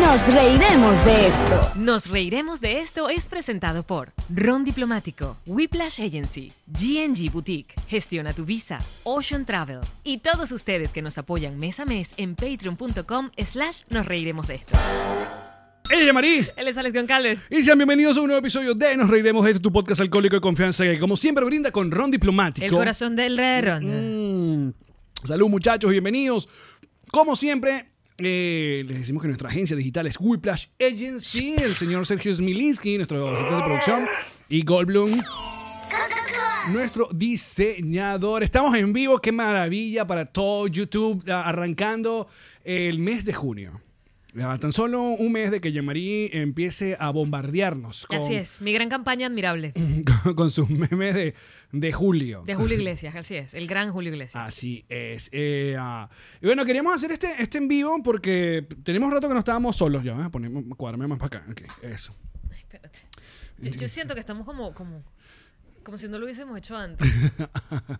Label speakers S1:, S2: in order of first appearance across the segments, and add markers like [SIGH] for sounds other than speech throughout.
S1: Nos reiremos de esto.
S2: Nos reiremos de esto es presentado por Ron Diplomático, Whiplash Agency, GNG Boutique, Gestiona tu Visa, Ocean Travel y todos ustedes que nos apoyan mes a mes en patreon.com slash nos reiremos de esto.
S3: Ella Marí.
S2: Él es Alex Goncalves.
S3: Y sean bienvenidos a un nuevo episodio de Nos Reiremos de este tu podcast alcohólico de confianza que como siempre brinda con Ron Diplomático.
S2: El corazón del Ron.
S3: Mm. Salud muchachos, bienvenidos. Como siempre, eh, les decimos que nuestra agencia digital es Whiplash Agency, el señor Sergio Smilinski, nuestro asistente de producción, y Goldblum, nuestro diseñador. Estamos en vivo, qué maravilla para todo YouTube, a- arrancando el mes de junio. Ya, Tan solo un mes de que Yamari empiece a bombardearnos con,
S2: Así es, mi gran campaña admirable
S3: [LAUGHS] con sus memes de, de julio.
S2: de
S3: [LAUGHS]
S2: Julio Iglesias, así es, el gran Julio Iglesias.
S3: Así es. Eh, ah, y bueno, queríamos hacer este, este en vivo porque tenemos rato que no estábamos solos ya. Vamos a ponerme, cuadrarme más para acá. Ok, eso.
S2: Espérate. Yo, yo siento que estamos como, como, como si no lo hubiésemos hecho
S3: [LAUGHS]
S2: antes.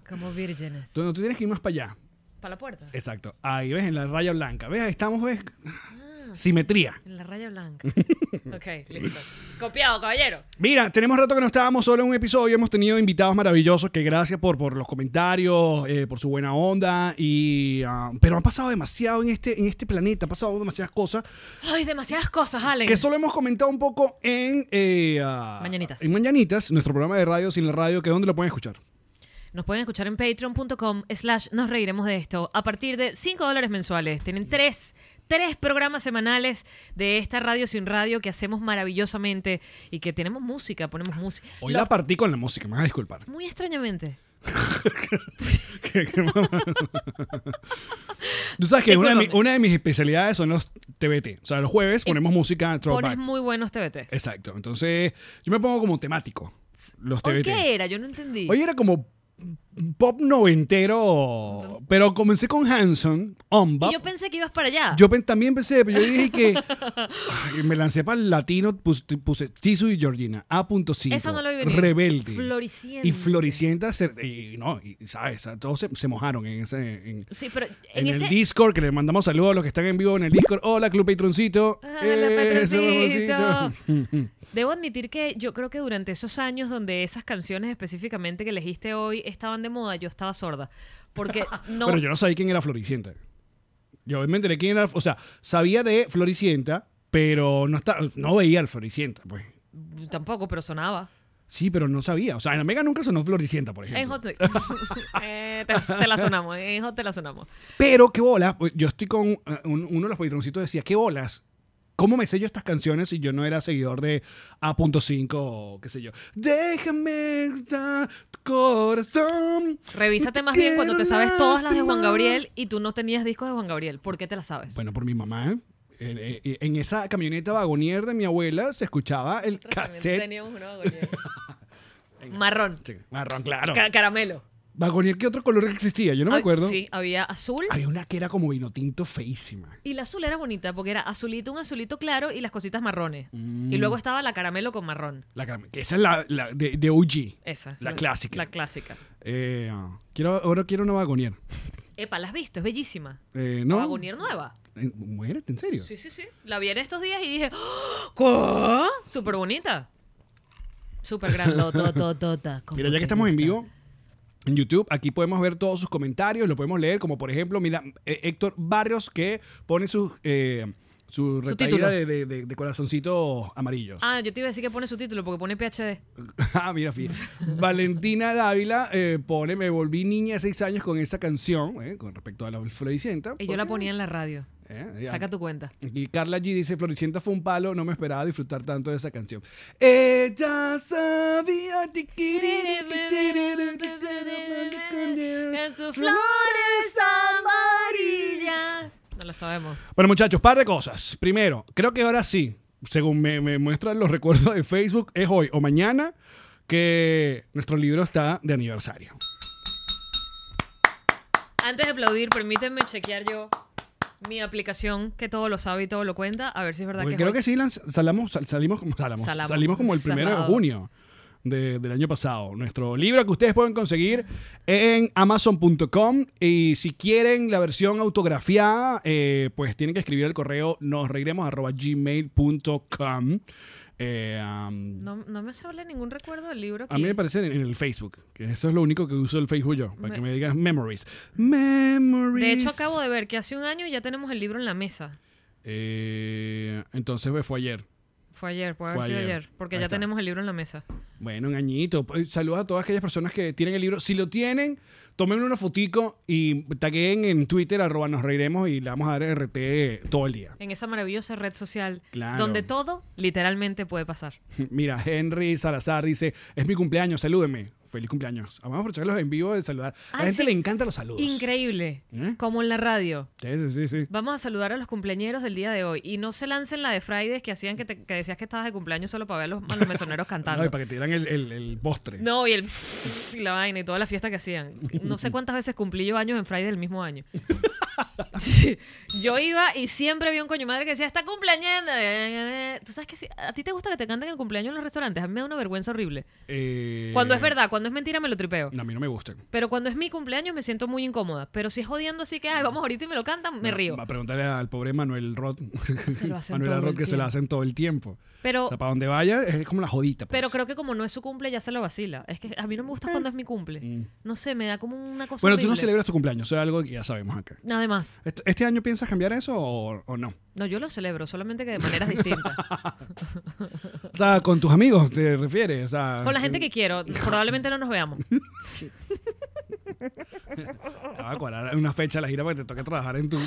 S2: Como vírgenes.
S3: Tú, no, tú tienes que ir más para allá.
S2: Para la puerta.
S3: Exacto. Ahí ves, en la raya blanca. ¿Ves? Ahí estamos, ¿ves? Simetría.
S2: En la raya
S3: [LAUGHS]
S2: blanca. ok, listo. Copiado, caballero.
S3: Mira, tenemos rato que no estábamos solo en un episodio. Hemos tenido invitados maravillosos que gracias por, por los comentarios, eh, por su buena onda. Y, ah, pero han pasado demasiado en este, en este planeta. Han pasado demasiadas cosas
S2: Ay, demasiadas cosas, Alex.
S3: Que solo hemos comentado un poco en... eh, ah,
S2: Mañanitas.
S3: En Mañanitas, nuestro programa de radio sin la radio, que dónde lo pueden escuchar.
S2: Nos pueden escuchar en patreon.com slash nos reiremos de esto a partir de 5 dólares mensuales. Tienen tres, tres programas semanales de esta radio sin radio que hacemos maravillosamente y que tenemos música, ponemos música.
S3: Hoy la partí con la música, me vas a disculpar. [LAUGHS]
S2: Muy extrañamente.
S3: Qué-
S2: [LAUGHS]
S3: qué mamá. Tú sabes que una de, mi-
S2: Discúlpame.
S3: una de mis especialidades son los TBT. O sea, los jueves ponemos música
S2: Pones
S3: throwback.
S2: muy buenos TBTs.
S3: Exacto. Entonces, yo me pongo como temático. Los
S2: ¿Por
S3: TBT.
S2: qué era? Yo no entendí.
S3: Hoy era como pop noventero, pero comencé con Hanson, On
S2: y yo pensé que ibas para allá.
S3: Yo pen- también pensé, pero yo dije que ay, me lancé para el latino, pus- puse, Tisu y Georgina, A.5.
S2: Esa no la vi venir.
S3: Rebelde.
S2: Floricienta.
S3: Y floricienta, se- y no, y, sabes, todos se, se mojaron en ese... En,
S2: sí, pero en,
S3: en
S2: ese...
S3: el Discord, que le mandamos saludos a los que están en vivo en el Discord. Hola, Club Patroncito.
S2: Ah,
S3: Eh,
S2: la
S3: ese
S2: Patroncito.
S3: mamoncito.
S2: [LAUGHS] Debo admitir que yo creo que durante esos años donde esas canciones específicamente que elegiste hoy estaban de moda, yo estaba sorda. Porque no...
S3: [LAUGHS] Pero yo no sabía quién era Floricienta. Yo me enteré quién era... O sea, sabía de Floricienta, pero no, está, no veía al Floricienta, pues.
S2: Tampoco, pero sonaba.
S3: Sí, pero no sabía. O sea, en Omega nunca sonó Floricienta, por ejemplo.
S2: En Hot Mix. [LAUGHS] Eh, te, te la sonamos, en Hot te la sonamos.
S3: Pero qué bolas, pues, yo estoy con eh, un- uno de los patroncitos decía, qué bolas. ¿Cómo me sé yo estas canciones si yo no era seguidor de A.5 o qué sé yo? Déjame estar tu corazón.
S2: Revísate
S3: No
S2: más bien cuando te
S3: quiero
S2: sabes todas las de Juan
S3: lastimar.
S2: Gabriel y tú no tenías discos de Juan Gabriel. ¿Por qué te las sabes?
S3: Bueno, por mi mamá. ¿eh? En, en- en esa camioneta vagonier de mi abuela se escuchaba el
S2: Nosotros también
S3: cassette.
S2: teníamos uno de
S3: [LAUGHS]
S2: Gabriel. Marrón.
S3: Sí, marrón, claro.
S2: Ca- caramelo.
S3: Vagonier, ¿qué otro color existía? Yo no me
S2: Ah,
S3: acuerdo.
S2: Sí, había azul.
S3: Había una que era como vino tinto feísima.
S2: Y la azul era bonita porque era azulito, un azulito claro y las cositas marrones.
S3: Mm.
S2: Y luego estaba la caramelo con marrón.
S3: La, cam- que esa es la, la de, de OG.
S2: Esa.
S3: La clásica.
S2: La clásica.
S3: Eh, ah, quiero, ahora quiero una vagonier.
S2: Epa, la has visto, es bellísima.
S3: Eh, ¿No?
S2: Vagonier nueva.
S3: Eh, Muérete, ¿en serio?
S2: Sí, sí, sí. La vi en estos días y dije, ¡Oh! ¿qué? Súper bonita. Súper grandotototota. ¿Cómo
S3: [LAUGHS] Mira, ya
S2: te
S3: que estamos en
S2: gusta?
S3: vivo en YouTube, aquí podemos ver todos sus comentarios, lo podemos leer, como por ejemplo, mira, eh, Héctor Barrios que pone sus... eh, su
S2: título.
S3: retaída de, de- de- de corazoncitos amarillos. [LAUGHS] Ah,
S2: Ah, yo te iba a decir que pone su título porque pone PhD.
S3: mira, fíjate. Valentina Dávila eh, pone Me volví niña de seis años con esa canción, eh, con respecto a la Floricienta.
S2: Y yo la ponía en la radio.
S3: Eh, ya.
S2: Saca tu cuenta.
S3: Y Carla G dice, Floricienta fue un palo, no me esperaba disfrutar tanto de esa canción. Ella sabía
S2: Con sus flores amarillas. No lo sabemos.
S3: Bueno muchachos, par de cosas. Primero, creo que ahora sí, según me, me muestran los recuerdos de Facebook, es hoy o mañana que nuestro libro está de aniversario.
S2: Antes de aplaudir, permítanme chequear yo mi aplicación que todo lo sabe y todo lo cuenta. A ver si es verdad
S3: Porque
S2: que. es
S3: creo
S2: hoy.
S3: que sí, lanz- salamos, sal- salimos, como- salamos,
S2: Salamos.
S3: salimos como el primero de
S2: Salado.
S3: junio. de- del año pasado. Nuestro libro que ustedes pueden conseguir en amazon.com. Y si quieren la versión autografiada, eh, pues tienen que escribir el correo nosreiremos.gmail.com. Eh, am,
S2: No, no me sale ningún recuerdo del libro.
S3: a
S2: aquí.
S3: mí me parece en, en el Facebook, que eso es lo único que uso el Facebook yo, para
S2: Me-
S3: que me digas memories. Memories.
S2: De hecho, acabo de ver que hace un año ya tenemos el libro en la mesa.
S3: Eh, entonces pues, fue ayer.
S2: Fue ayer, puede haber
S3: Fue
S2: sido
S3: ayer.
S2: ayer, porque
S3: Ahí
S2: ya
S3: está.
S2: tenemos el libro en la mesa.
S3: Bueno, un añito. Pues, Saludos a todas aquellas personas que tienen el libro. Si lo tienen, tomen una fotico y taguen en Twitter, arroba nos reiremos y le vamos a dar RT todo el día. [LAUGHS]
S2: En esa maravillosa red social
S3: Claro.
S2: donde todo literalmente puede pasar.
S3: Mira, Henry Salazar dice, es mi cumpleaños, salúdeme. Feliz cumpleaños. Ah, Vamos a aprovechar los en vivo de saludar. A la
S2: Ah,
S3: gente
S2: sí.
S3: le encantan los saludos.
S2: Increíble.
S3: ¿Eh?
S2: Como en la radio.
S3: Sí, sí, sí, sí.
S2: Vamos a saludar a los cumpleañeros del día de hoy. Y no se lancen la de Fridays que hacían que, te- que decías que estabas de cumpleaños solo para ver a los, a los
S3: [LAUGHS]
S2: mesoneros cantando.
S3: No, y para que te dieran el, el- el postre.
S2: No, y el [LAUGHS] y la vaina y toda la fiesta que hacían. No sé cuántas veces cumplí yo años en Friday del mismo año. [LAUGHS] Sí. Yo iba y siempre había un coño madre que decía, está cumpleañando. Tú sabes que si- a ti te gusta que te canten el cumpleaños en los restaurantes. A mí me da una vergüenza horrible.
S3: Eh,
S2: Cuando es verdad, cuando es mentira me lo tripeo.
S3: no, a mí no me gustan.
S2: Pero cuando es mi cumpleaños me siento muy incómoda. Pero si es jodiendo así que, ay, vamos ahorita y me lo cantan, me río.
S3: Va a preguntarle al pobre Manuel Roth.
S2: Se lo hacen
S3: [LAUGHS] Manuel
S2: todo el
S3: Roth que se la
S2: tiempo.
S3: hacen todo el tiempo.
S2: Pero,
S3: O sea, para donde vaya es como la jodita. pues.
S2: pero creo que como no es su cumple ya se lo vacila. Es que a mí no me gusta cuando es mi cumple.
S3: Eh. Mm.
S2: No sé, me da como una cosa
S3: Bueno, tú no
S2: horrible.
S3: celebras tu cumpleaños, eso es algo que ya sabemos acá.
S2: Nada más.
S3: ¿Est- ¿Este año piensas cambiar eso o, o no?
S2: No, yo lo celebro, solamente que de maneras
S3: [LAUGHS]
S2: distintas.
S3: O sea, con tus amigos te refieres, o sea,
S2: Con la gente que quiero,
S3: [LAUGHS]
S2: probablemente no nos veamos. [LAUGHS]
S3: Va a cuadrar una fecha a la gira para que te toque
S2: [LAUGHS]
S3: trabajar en tu...
S2: Sí,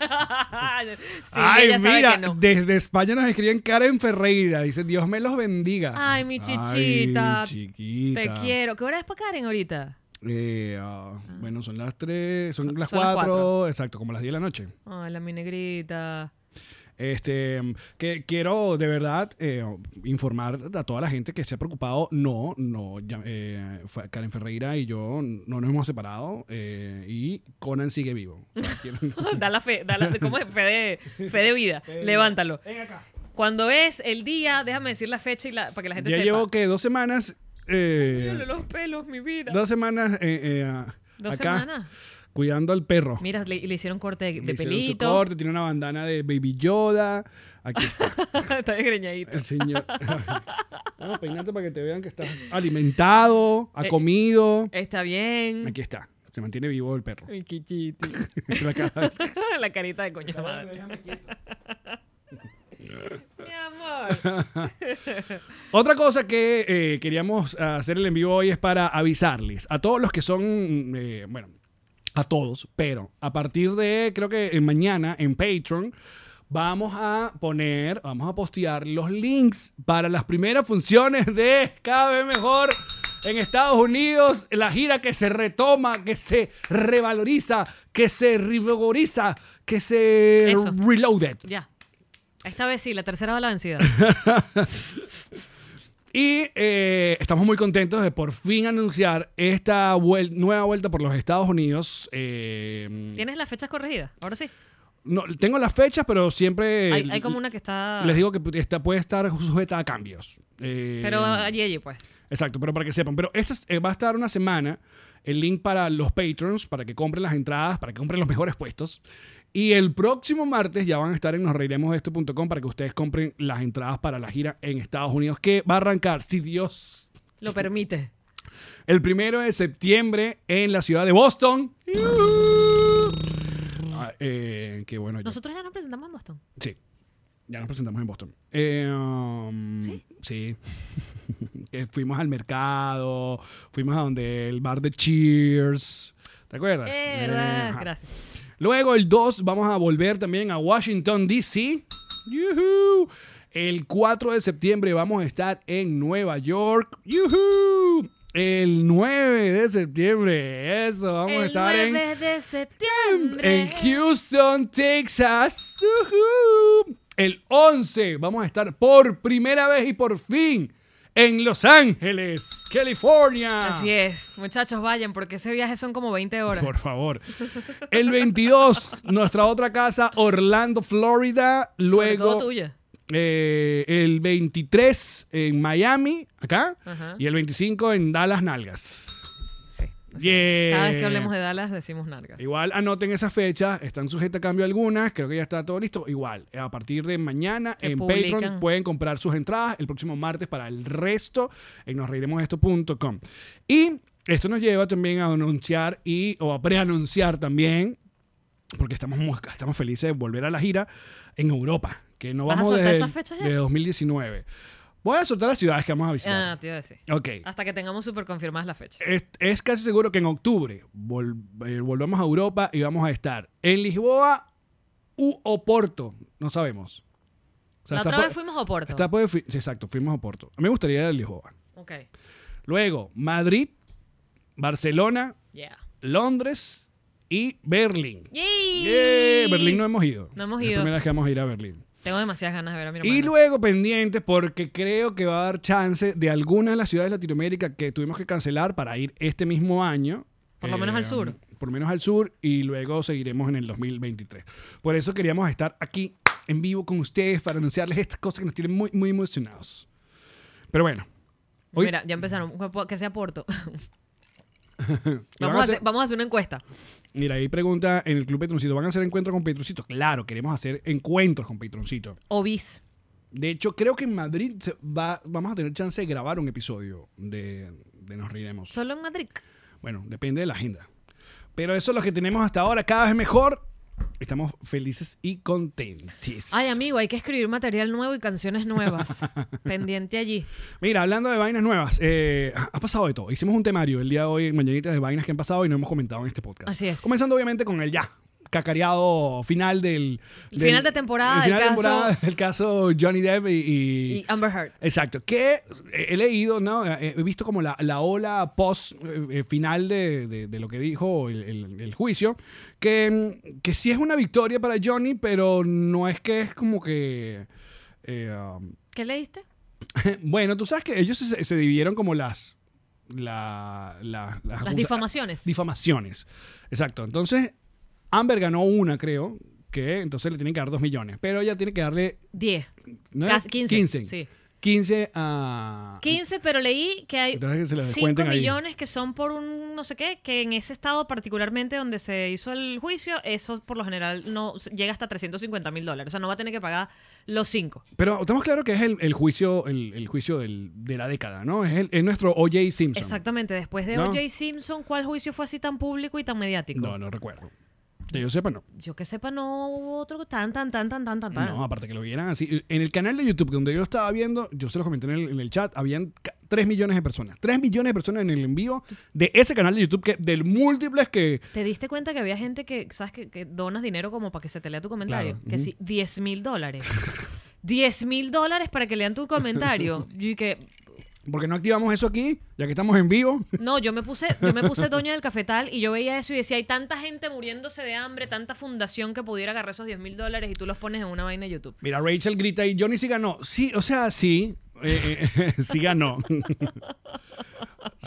S3: Ay,
S2: Ah, ella sabe
S3: mira,
S2: que no.
S3: desde España nos escriben Karen Ferreira, dice, Dios me los bendiga.
S2: Ay, mi chichita.
S3: Ay, chiquita.
S2: Te quiero. ¿Qué hora es para Karen ahorita?
S3: Eh, ah, bueno, son las 3, son,
S2: Son-
S3: las
S2: son las
S3: 4,
S2: cuatro.
S3: exacto, como las 10 de la noche.
S2: Ay, la mi negrita. [LAUGHS]
S3: Este, que quiero de verdad eh, informar a toda la gente que se ha preocupado. No, no, ya, eh, fue- Karen Ferreira y yo no nos hemos separado eh, y Conan sigue vivo. O sea,
S2: [LAUGHS]
S3: quiero-
S2: da la fe, da la ¿cómo es? Fe de, fe de vida. Levántalo. Cuando es el día, déjame decir la fecha y la, para que la gente
S3: ya
S2: sepa.
S3: llevo que dos semanas. eh,
S2: Mírale los pelos, mi vida.
S3: dos semanas eh, eh, a-
S2: Dos
S3: acá
S2: semanas.
S3: cuidando al perro.
S2: Mira, le, le hicieron corte de, de
S3: Le hicieron su
S2: pelito.
S3: corte, tiene una bandana de Baby Yoda. Aquí está.
S2: [LAUGHS] Está desgreñadito.
S3: El señor.
S2: [LAUGHS]
S3: Vamos a peinarte para que te vean que estás alimentado, ha
S2: Eh,
S3: comido.
S2: Está bien.
S3: Aquí está. Se mantiene vivo
S2: [LAUGHS]
S3: el perro.
S2: Ay, qué chiqui.
S3: La cara-
S2: la carita de coño madre.
S3: [LAUGHS]
S2: Mi amor.
S3: Otra cosa que eh, queríamos hacer el en vivo hoy es para avisarles a todos los que son, eh, bueno, a todos, pero a partir de, creo que eh, mañana en Patreon, vamos a poner, vamos a postear los links para las primeras funciones de Cada vez Mejor en Estados Unidos, la gira que se retoma, que se revaloriza, que se revigoriza, que se
S2: Eso.
S3: reloaded.
S2: Ya. Esta vez sí, la tercera va la
S3: [LAUGHS]
S2: vencida.
S3: Y eh, estamos muy contentos de por fin anunciar esta vuel- nueva vuelta por los Estados Unidos. Eh,
S2: ¿Tienes las fechas corregidas? Ahora sí.
S3: no, tengo las fechas, pero siempre
S2: Hay, hay como una que está.
S3: Eh, les digo que pu- está- puede estar sujeta a cambios. Eh,
S2: Pero allí, allí, pues.
S3: Exacto, pero para que sepan. Pero esta es- eh, va a estar una semana el link para los patrons, para que compren las entradas, para que compren los mejores puestos. Y el próximo martes ya van a estar en nosreiremosesto.com para que ustedes compren las entradas para la gira en Estados Unidos, que va a arrancar, si Dios
S2: Lo permite.
S3: El primero de septiembre en la ciudad de Boston. Ah, eh, qué bueno. yo-
S2: Nosotros ya nos presentamos en Boston.
S3: sí. Ya nos presentamos en Boston. Eh, um,
S2: ¿Sí?
S3: sí. [LAUGHS] Que fuimos al mercado, fuimos a donde el bar de Cheers. ¿Te acuerdas?
S2: Eh,
S3: Eh,
S2: verdad.
S3: ajá.
S2: Gracias.
S3: Luego el 2 vamos a volver también a Washington, D.C. ¡Yujú! El 4 de septiembre vamos a estar en Nueva York. ¡Yujú! El 9 de septiembre, eso, vamos a
S2: el
S3: estar en,
S2: 9 de septiembre.
S3: en Houston, Texas. ¡Yujú! El 11 vamos a estar por primera vez y por fin en Los Ángeles, California.
S2: Así es. Muchachos, vayan, porque ese viaje son como 20 horas.
S3: Por favor. El 22, nuestra otra casa, Orlando, Florida.
S2: Sobre
S3: Luego.
S2: todo tuya.
S3: eh, el 23 en Miami, acá,
S2: Ajá.
S3: y el 25 en Dallas Nalgas.
S2: Sí. así es.
S3: Yeah.
S2: Cada vez que hablemos de Dallas decimos nargas.
S3: Igual anoten esas fechas, están sujetas a cambio algunas, creo que ya está todo listo. Igual, eh, a partir de mañana
S2: Se
S3: en
S2: publican.
S3: Patreon pueden comprar sus entradas el próximo martes para el resto eh, en nosreiremosesto.com. Y esto nos lleva también a anunciar y o a preanunciar también, porque estamos, mu- estamos felices de volver a la gira en Europa, que no
S2: ¿Vas a
S3: vamos
S2: soltar
S3: desde
S2: esas
S3: el-
S2: fechas ya?
S3: de 2019. Voy a soltar las ciudades que vamos a visitar.
S2: Ah, te iba a decir.
S3: ok.
S2: Hasta que tengamos súper confirmadas las fechas.
S3: Es, es casi seguro que en octubre vol- eh, volvamos a Europa y vamos a estar en Lisboa u Oporto. No sabemos. O sea,
S2: la
S3: está
S2: otra
S3: por-
S2: vez fuimos a Oporto.
S3: está por- fui- sí, exacto, fuimos a Oporto. A mí me gustaría ir a Lisboa.
S2: Ok.
S3: Luego, Madrid, Barcelona,
S2: Yeah.
S3: Londres y Berlín.
S2: Yay.
S3: Yeah, Berlín no hemos ido.
S2: No hemos
S3: Es
S2: ido.
S3: La primera vez que vamos a ir a Berlín.
S2: Tengo demasiadas ganas de ver a mi hermana.
S3: Y luego pendientes porque creo que va a dar chance de algunas de las ciudades de Latinoamérica que tuvimos que cancelar para ir este mismo año. Eh,
S2: Por lo menos al sur.
S3: Por lo menos al sur y luego seguiremos en el 2023. Por eso queríamos estar aquí en vivo con ustedes para anunciarles estas cosas que nos tienen muy, muy emocionados. Pero bueno. hoy-
S2: Mira, ya empezaron. Que sea
S3: [LAUGHS]
S2: Porto.
S3: ¿lo
S2: vamos,
S3: van
S2: a
S3: a
S2: hacer,
S3: hacer?
S2: vamos a hacer una encuesta.
S3: Mira, ahí pregunta en el Club Petroncito, ¿van a hacer encuentros con Petroncito? Claro, queremos hacer encuentros con Petroncito.
S2: O bis.
S3: De hecho, creo que en Madrid se va, vamos a tener chance de grabar un episodio de, de Nos Riremos.
S2: Solo en Madrid.
S3: Bueno, depende de la agenda. Pero eso es lo que tenemos hasta ahora, cada vez mejor. Estamos felices y contentos.
S2: Ay, amigo, hay que escribir material nuevo y canciones
S3: [LAUGHS]
S2: nuevas. Pendiente allí.
S3: Mira, hablando de vainas nuevas, eh, ha pasado de todo. Hicimos un temario el día de hoy en Mañanitas de vainas que han pasado y no hemos comentado en este podcast.
S2: Así es.
S3: Comenzando obviamente con el ya cacareado final del...
S2: El
S3: del-
S2: final de temporada
S3: el final
S2: del
S3: de temporada
S2: caso-
S3: del caso Johnny Depp y- y,
S2: Y Amber Heard.
S3: Exacto, que eh, he leído, ¿no? eh, He visto como la, la ola post eh, eh, final de, de- de lo que dijo el, el- el juicio, que, mm, que sí es una victoria para Johnny, pero no es que es como que... eh, um, [LAUGHS]
S2: ¿Qué leíste?
S3: bueno, tú sabes que ellos se, se dividieron como las... la- la- las
S2: Las
S3: acusa-
S2: difamaciones.
S3: Difamaciones. Exacto. Entonces, Amber ganó una, creo, que entonces le tienen que dar dos millones, pero ella tiene que darle...
S2: Diez.
S3: ¿no?
S2: Casi 15.
S3: 15.
S2: Sí.
S3: 15 a...
S2: 15, pero leí que hay
S3: Entonces que se las
S2: 5
S3: descuenten ahí.
S2: millones que son por un no sé qué, que en ese estado particularmente donde se hizo el juicio, eso por lo general no llega hasta 350 mil dólares. O sea, no va a tener que pagar los 5.
S3: Pero estamos claros que es el, el juicio, el, el juicio del- de la década, ¿no? Es, el- es nuestro O.J. Simpson.
S2: Exactamente. Después de
S3: No.
S2: O.J. Simpson, ¿cuál juicio fue así tan público y tan mediático?
S3: No, no recuerdo. Que yo sepa, no.
S2: Yo que sepa, no hubo otro tan, tan, tan, tan, tan, tan, tan.
S3: No, aparte que lo vieran así. En el canal de YouTube donde yo lo estaba viendo, yo se los comenté en el, en el chat, habían 3 millones de personas. 3 millones de personas en el en vivo de ese canal de YouTube, que del múltiples que...
S2: ¿Te diste cuenta que había gente que, sabes, que, que donas dinero como para que se te lea tu comentario?
S3: Claro,
S2: Que
S3: ujú.
S2: sí, 10 mil dólares. 10 mil dólares para que lean tu
S3: [LAUGHS]
S2: comentario. Yo y que,
S3: Porque no activamos eso aquí, ya que estamos en vivo.
S2: no, yo me puse, yo me puse doña del cafetal y yo veía eso y decía, hay tanta gente muriéndose de hambre, tanta fundación que pudiera agarrar esos 10 mil dólares y tú los pones en una vaina de YouTube.
S3: Mira, Rachel grita y Johnny sí ganó. Sí, o sea, sí. eh, eh, [LAUGHS] sí ganó.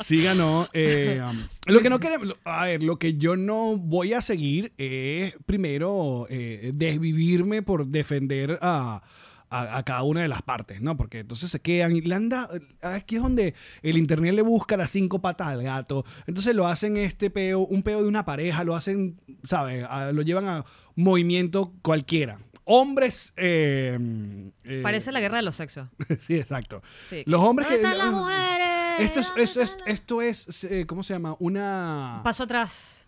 S3: sí ganó. eh, um, lo que no queremos. lo- A ver, lo que yo no voy a seguir es primero eh, desvivirme por defender a. a- a cada una de las partes, ¿no? Porque entonces se quedan y le han dado- Aquí es donde el internet le busca las cinco patas al gato. Entonces lo hacen este peo, un peo de una pareja, lo hacen, ¿sabes? A- lo llevan a movimiento cualquiera. Hombres. eh, eh,
S2: Parece la guerra de los sexos.
S3: [LAUGHS] sí, exacto.
S2: Sí.
S3: Los hombres que.
S2: ¿Dónde
S3: [LAUGHS]
S2: están las mujeres?
S3: Esto es,
S2: ¿Dónde
S3: esto es,
S2: están las-
S3: esto es eh, ¿cómo se llama? Una.
S2: Paso atrás.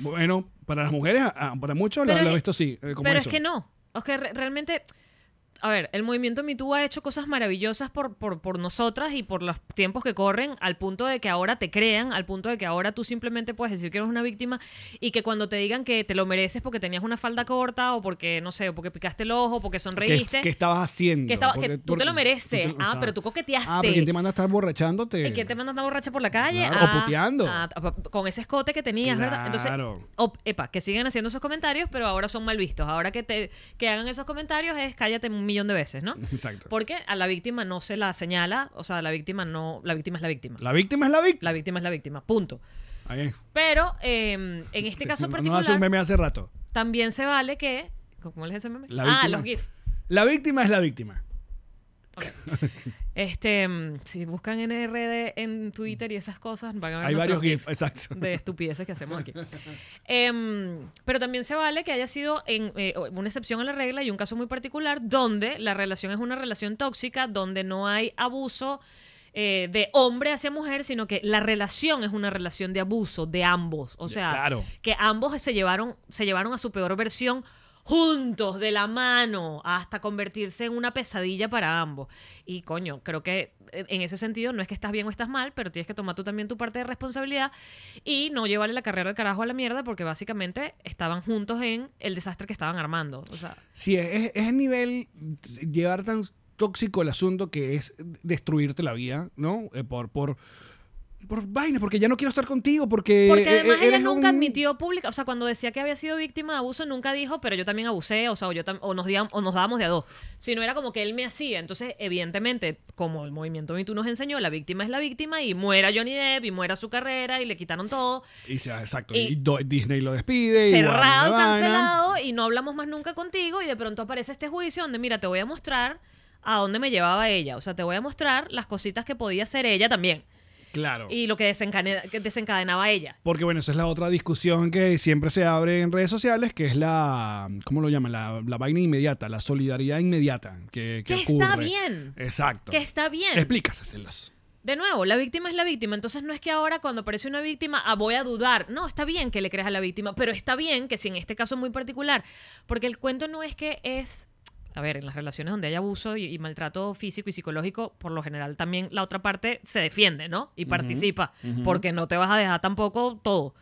S3: Bueno, para las mujeres, ah, para muchos lo
S2: Pero
S3: lo he
S2: es-
S3: visto así. eh, como
S2: Pero
S3: eso.
S2: es que no. Es que re- realmente. A ver, el movimiento MeToo ha hecho cosas maravillosas por, por, por nosotras y por los tiempos que corren, al punto de que ahora te crean, al punto de que ahora tú simplemente puedes decir que eres una víctima y que cuando te digan que te lo mereces porque tenías una falda corta o porque, no sé, o porque picaste el ojo, porque
S3: ¿Qué,
S2: sonreíste,
S3: qué estabas haciendo?
S2: que, estaba- que
S3: Porque-
S2: tú te lo
S3: porque-
S2: mereces.
S3: tú te- o
S2: ah,
S3: sea,
S2: pero tú coqueteaste.
S3: Ah, pero ¿quién te manda a estar borrachándote?
S2: El que te manda a andar borracha por la calle.
S3: Claro, o
S2: ah,
S3: puteando.
S2: ah, ah, con ese escote que tenías, ¿verdad? Entonces,
S3: Claro.
S2: op- epa, que siguen haciendo esos comentarios, pero ahora son mal vistos. Ahora que te que hagan esos comentarios es cállate un millón de veces,
S3: [LAUGHS]
S2: ¿no?
S3: Exacto.
S2: Porque a la víctima no se la señala, o sea, la víctima no, la víctima es la víctima.
S3: La víctima es la víctima.
S2: La víctima es la víctima, punto.
S3: Ahí.
S2: Pero eh,
S3: [LAUGHS]
S2: en este caso
S3: No, no hace un
S2: particular
S3: meme hace rato.
S2: también se vale que ¿cómo les ese meme?
S3: La
S2: ah,
S3: víctima-
S2: los GIF.
S3: La víctima es la víctima.
S2: Este, mm, si buscan NRD en Twitter y esas cosas, van a ver
S3: Hay
S2: nuestros
S3: varios GIFs, exacto.
S2: [LAUGHS] de estupideces que hacemos aquí. Em, pero también se vale que haya sido en, eh, una excepción a la regla y un caso muy particular donde la relación es una relación tóxica, donde no hay abuso eh, de hombre hacia mujer, sino que la relación es una relación de abuso de ambos. O sea,
S3: claro.
S2: que ambos se llevaron, se llevaron a su peor versión juntos, de la mano, hasta convertirse en una pesadilla para ambos. Y coño, creo que en en ese sentido no es que estás bien o estás mal, pero tienes que tomar tú también tu parte de responsabilidad y no llevarle la carrera al carajo a la mierda porque básicamente estaban juntos en el desastre que estaban armando. O sea,
S3: Sí, es, es el nivel llevar tan tóxico el asunto que es destruirte la vida, ¿no? Eh, por, por, por vaina, porque ya no quiero estar contigo, porque.
S2: Porque además
S3: eh,
S2: ella
S3: eres
S2: nunca
S3: un-
S2: admitió pública, o sea, cuando decía que había sido víctima de abuso, nunca dijo, pero yo también abusé, o sea, o, yo tam- o, nos, diam- o nos dábamos de a dos. Sino era como que él me hacía. Entonces, evidentemente, como el movimiento Me Too nos enseñó, la víctima es la víctima y muera Johnny Depp y muera su carrera y le quitaron todo.
S3: Y se- exacto.
S2: Y-
S3: Y, do- Disney lo despide. y
S2: cerrado,
S3: guarda la vaina.
S2: cancelado y no hablamos más nunca contigo y de pronto aparece este juicio donde, mira, te voy a mostrar a dónde me llevaba ella. O sea, te voy a mostrar las cositas que podía hacer ella también
S3: Claro.
S2: y lo que, desencadena- que desencadenaba ella.
S3: Porque bueno, esa es la otra discusión que siempre se abre en redes sociales, que es la, ¿cómo lo llaman? La, la vaina inmediata, la solidaridad inmediata que, que
S2: Que está
S3: ocurre.
S2: bien.
S3: Exacto.
S2: Que está bien.
S3: Explícaselos.
S2: De nuevo, la víctima es la víctima. Entonces no es que ahora cuando aparece una víctima, ah, voy a dudar. No, está bien que le creas a la víctima, pero está bien que si en este caso muy particular, porque el cuento no es que es... A ver, en las relaciones donde hay abuso y, y maltrato físico y psicológico, por lo general también la otra parte se defiende, ¿no? Y participa, porque no te vas a dejar tampoco todo.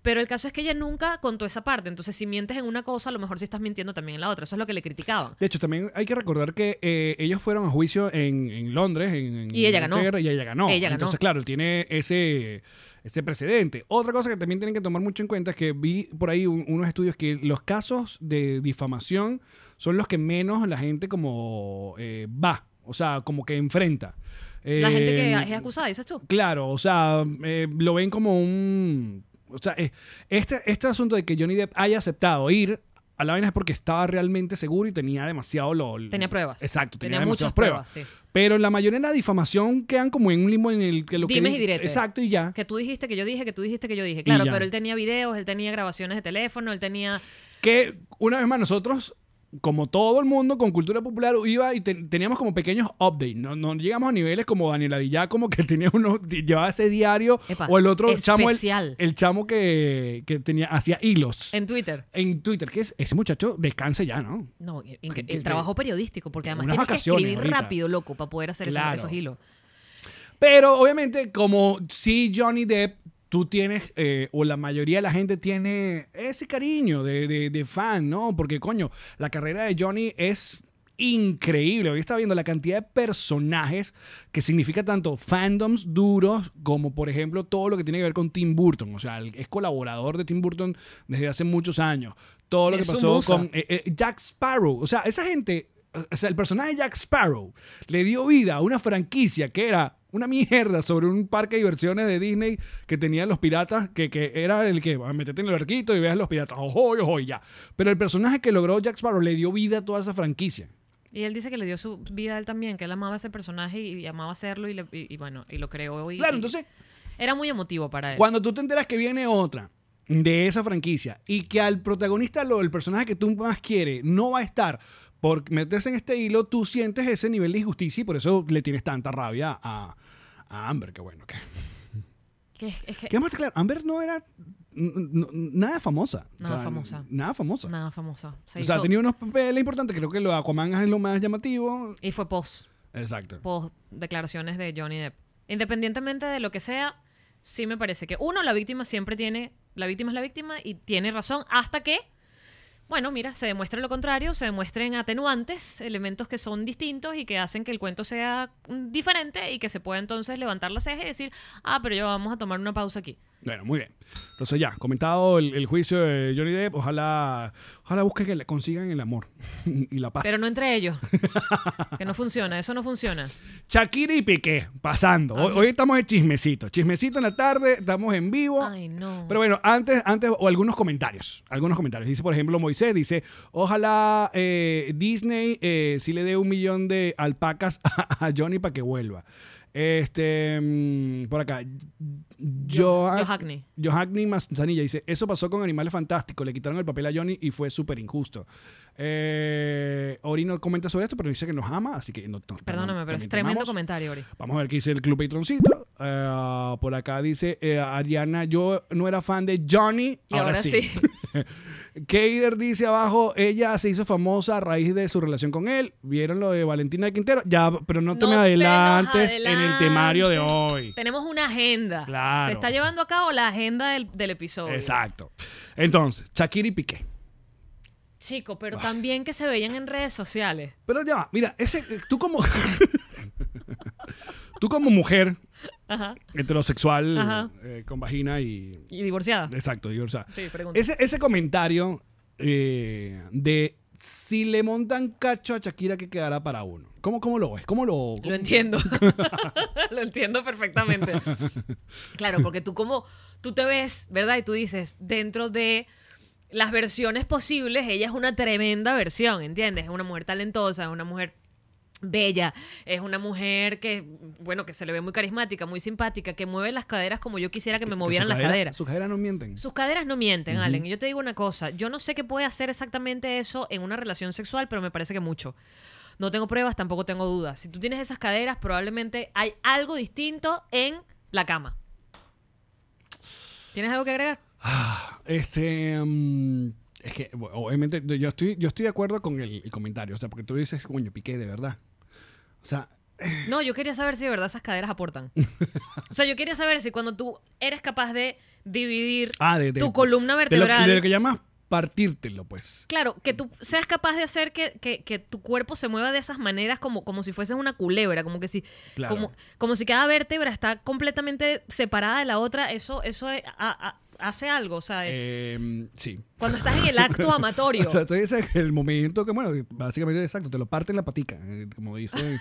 S2: Pero el caso es que ella nunca contó esa parte. Entonces, si mientes en una cosa, a lo mejor sí estás mintiendo también en la otra. Eso es lo que le criticaban.
S3: De hecho, también hay que recordar que eh, ellos fueron a juicio en, en Londres. En, en
S2: Y ella ganó.
S3: Inglaterra, Y ella ganó.
S2: Ella ganó.
S3: Entonces, claro, tiene ese, ese precedente. Otra cosa que también tienen que tomar mucho en cuenta es que vi por ahí un- unos estudios que los casos de difamación son los que menos la gente como eh, va, o sea, como que enfrenta.
S2: la gente
S3: Eh,
S2: que es acusada, dices tú.
S3: Claro, o sea, eh, lo ven como un... O sea, eh, este, este asunto de que Johnny Depp haya aceptado ir a la vaina es porque estaba realmente seguro y tenía demasiado... Lo,
S2: Tenía pruebas.
S3: mm, Exacto, tenía,
S2: Tenía muchas
S3: demasiadas pruebas.
S2: pruebas,
S3: Pero la mayoría de la difamación quedan como en un limbo en el que lo que...
S2: Dimes
S3: di-
S2: y diretes.
S3: Exacto, y ya.
S2: Que tú dijiste, que yo dije, que tú dijiste, que yo dije. Claro,
S3: ya.
S2: pero él tenía videos, él tenía grabaciones de teléfono, él tenía...
S3: Que una vez más nosotros, como todo el mundo con cultura popular, iba y te- teníamos como pequeños updates. No, no llegamos a niveles como Daniel Adillá, como que [LAUGHS] tenía uno, di- llevaba ese diario.
S2: Epa,
S3: o el otro chamo, el,
S2: especial.
S3: el chamo que, que tenía, hacía hilos. En,
S2: En Twitter.
S3: Twitter, que es, ese muchacho descanse ya, ¿no?
S2: No, el, el-
S3: Que-
S2: el
S3: que-
S2: trabajo periodístico, porque además
S3: Unas
S2: tienes que
S3: vacaciones
S2: escribir
S3: ahorita.
S2: rápido, loco, para poder hacer esos-
S3: Claro.
S2: esos, hilos.
S3: Pero obviamente, como si Johnny Depp, tú tienes, eh, o la mayoría de la gente tiene ese cariño de, de- de fan, ¿no? Porque, coño, la carrera de Johnny es increíble. Hoy está viendo la cantidad de personajes que significa tanto fandoms duros como, por ejemplo, todo lo que tiene que ver con Tim Burton. O sea, el- es colaborador de Tim Burton desde hace muchos años. Todo lo que
S2: Es su
S3: pasó
S2: musa.
S3: con eh, eh, Jack Sparrow. O sea, esa gente, o sea, el personaje de Jack Sparrow le dio vida a una franquicia que era una mierda sobre un parque de diversiones de Disney que tenían los piratas, que, que era el que, "Ah, métete en el barquito y veas los piratas, ojo, ojo, ya. Pero el personaje que logró Jack Sparrow le dio vida a toda esa franquicia.
S2: Y él dice que le dio su vida a él también, que él amaba ese personaje y, y amaba hacerlo y, le- y- y bueno, y lo creó. Y,
S3: Claro,
S2: y-
S3: entonces,
S2: Era muy emotivo para él.
S3: cuando tú te enteras que viene otra de esa franquicia y que al protagonista, lo, el personaje que tú más quieres, no va a estar por meterse en este hilo, tú sientes ese nivel de injusticia y por eso le tienes tanta rabia a, a Amber, que bueno, que...
S2: Que es- es que-
S3: Que vamos a aclarar, Amber no era n- n- nada famosa.
S2: Nada famosa.
S3: Nada famosa.
S2: nada famosa. Se
S3: o sea,
S2: hizo-
S3: tenía unos papeles importantes. Creo que lo de Aquaman es lo más llamativo.
S2: Y fue post.
S3: Exacto.
S2: post declaraciones de Johnny Depp. Independientemente de lo que sea, sí me parece que uno, la víctima siempre tiene, la víctima es la víctima y tiene razón hasta que, bueno, mira, se demuestre lo contrario, se demuestren atenuantes, elementos que son distintos y que hacen que el cuento sea mm, diferente y que se pueda entonces levantar la ceja y decir, ah, pero ya vamos a tomar una pausa aquí.
S3: Bueno, muy bien. Entonces ya, comentado el, el juicio de Johnny Depp, ojalá, ojalá busquen que le consigan el amor [LAUGHS] y la paz.
S2: Pero no entre
S3: [LAUGHS]
S2: ellos. que no funciona, eso no funciona.
S3: Shakira y Piqué, pasando. Hoy, hoy estamos en chismecito. Chismecito en la tarde, estamos en vivo.
S2: Ay, no.
S3: Oh. Pero bueno, antes, antes, o algunos comentarios. Algunos comentarios. Dice, por ejemplo, Moisés, dice, ojalá eh, Disney eh, sí le dé un millón de alpacas [LAUGHS] a, a Johnny para que vuelva. Este, mm, por acá, Joa-
S2: Johackney.
S3: Johackney Manzanilla dice, eso pasó con Animales Fantásticos, le quitaron el papel a Johnny y fue súper injusto. Eh, Ori no comenta sobre esto, pero dice que nos ama, así que no, no-
S2: Perdóname, pero
S3: también
S2: es
S3: te
S2: tremendo
S3: amamos.
S2: comentario, Ori.
S3: Vamos a ver qué dice el Club Patroncito. Eh, por acá dice eh, Ariana, yo no era fan de Johnny.
S2: Y ahora, sí.
S3: [LAUGHS] Keider dice abajo, ella se hizo famosa a raíz de su relación con él. ¿Vieron lo de Valentina de Quintero? Ya, pero no te
S2: No
S3: me
S2: te nos
S3: adelantes en el
S2: adelantes.
S3: temario de hoy.
S2: Tenemos una agenda.
S3: Claro.
S2: Se está llevando a cabo la agenda del, del episodio.
S3: Exacto. Entonces, Shakira y Piqué.
S2: Chico, pero también que se veían en redes sociales.
S3: Pero ya va, mira, ese, eh, tú como... [LAUGHS] tú como mujer
S2: Ajá.
S3: heterosexual
S2: Ajá.
S3: eh, con vagina y...
S2: Y divorciada.
S3: Exacto, digo, o sea,
S2: Sí, pregunta.
S3: ese, ese comentario eh, de si le montan cacho a Shakira que quedará para uno. ¿Cómo, cómo lo ves? ¿Cómo lo,
S2: Lo entiendo. [LAUGHS] lo entiendo perfectamente. Claro, porque tú como tú te ves, ¿verdad? Y tú dices, dentro de las versiones posibles, ella es una tremenda versión, ¿entiendes? Es una mujer talentosa, es una mujer bella, es una mujer que bueno, que se le ve muy carismática, muy simpática, que mueve las caderas como yo quisiera que me movieran
S3: su
S2: las
S3: cadera-
S2: caderas.
S3: Sus caderas no mienten.
S2: Sus caderas no mienten, Allen. Y yo te digo una cosa, yo no sé qué puede hacer exactamente eso en una relación sexual, pero me parece que mucho. No tengo pruebas, tampoco tengo dudas. Si tú tienes esas caderas, probablemente hay algo distinto en la cama. ¿Tienes algo que agregar?
S3: Este. mm, es que, bueno, obviamente, yo estoy, yo estoy de acuerdo con el, el comentario. O sea, porque tú dices, coño, piqué de verdad. O sea,
S2: No, yo quería saber si de verdad esas caderas aportan. O sea, yo quería saber si cuando tú eres capaz de dividir
S3: ah, de, de-
S2: tu columna
S3: de lo-
S2: vertebral...
S3: De lo, que llamas partírtelo, pues.
S2: Claro, que tú seas capaz de hacer que, que- que tu cuerpo se mueva de esas maneras como, como si fueses una culebra, como que si,
S3: Claro.
S2: como, como si cada vértebra está completamente separada de la otra, eso, eso eh, a- a- hace algo, o sea, eh,
S3: Eh, sí.
S2: cuando estás en el acto
S3: [LAUGHS]
S2: amatorio.
S3: O sea, tú dices que el momento que, bueno, básicamente exacto, te lo parten la patica, eh,
S2: [LAUGHS]
S3: como dicen.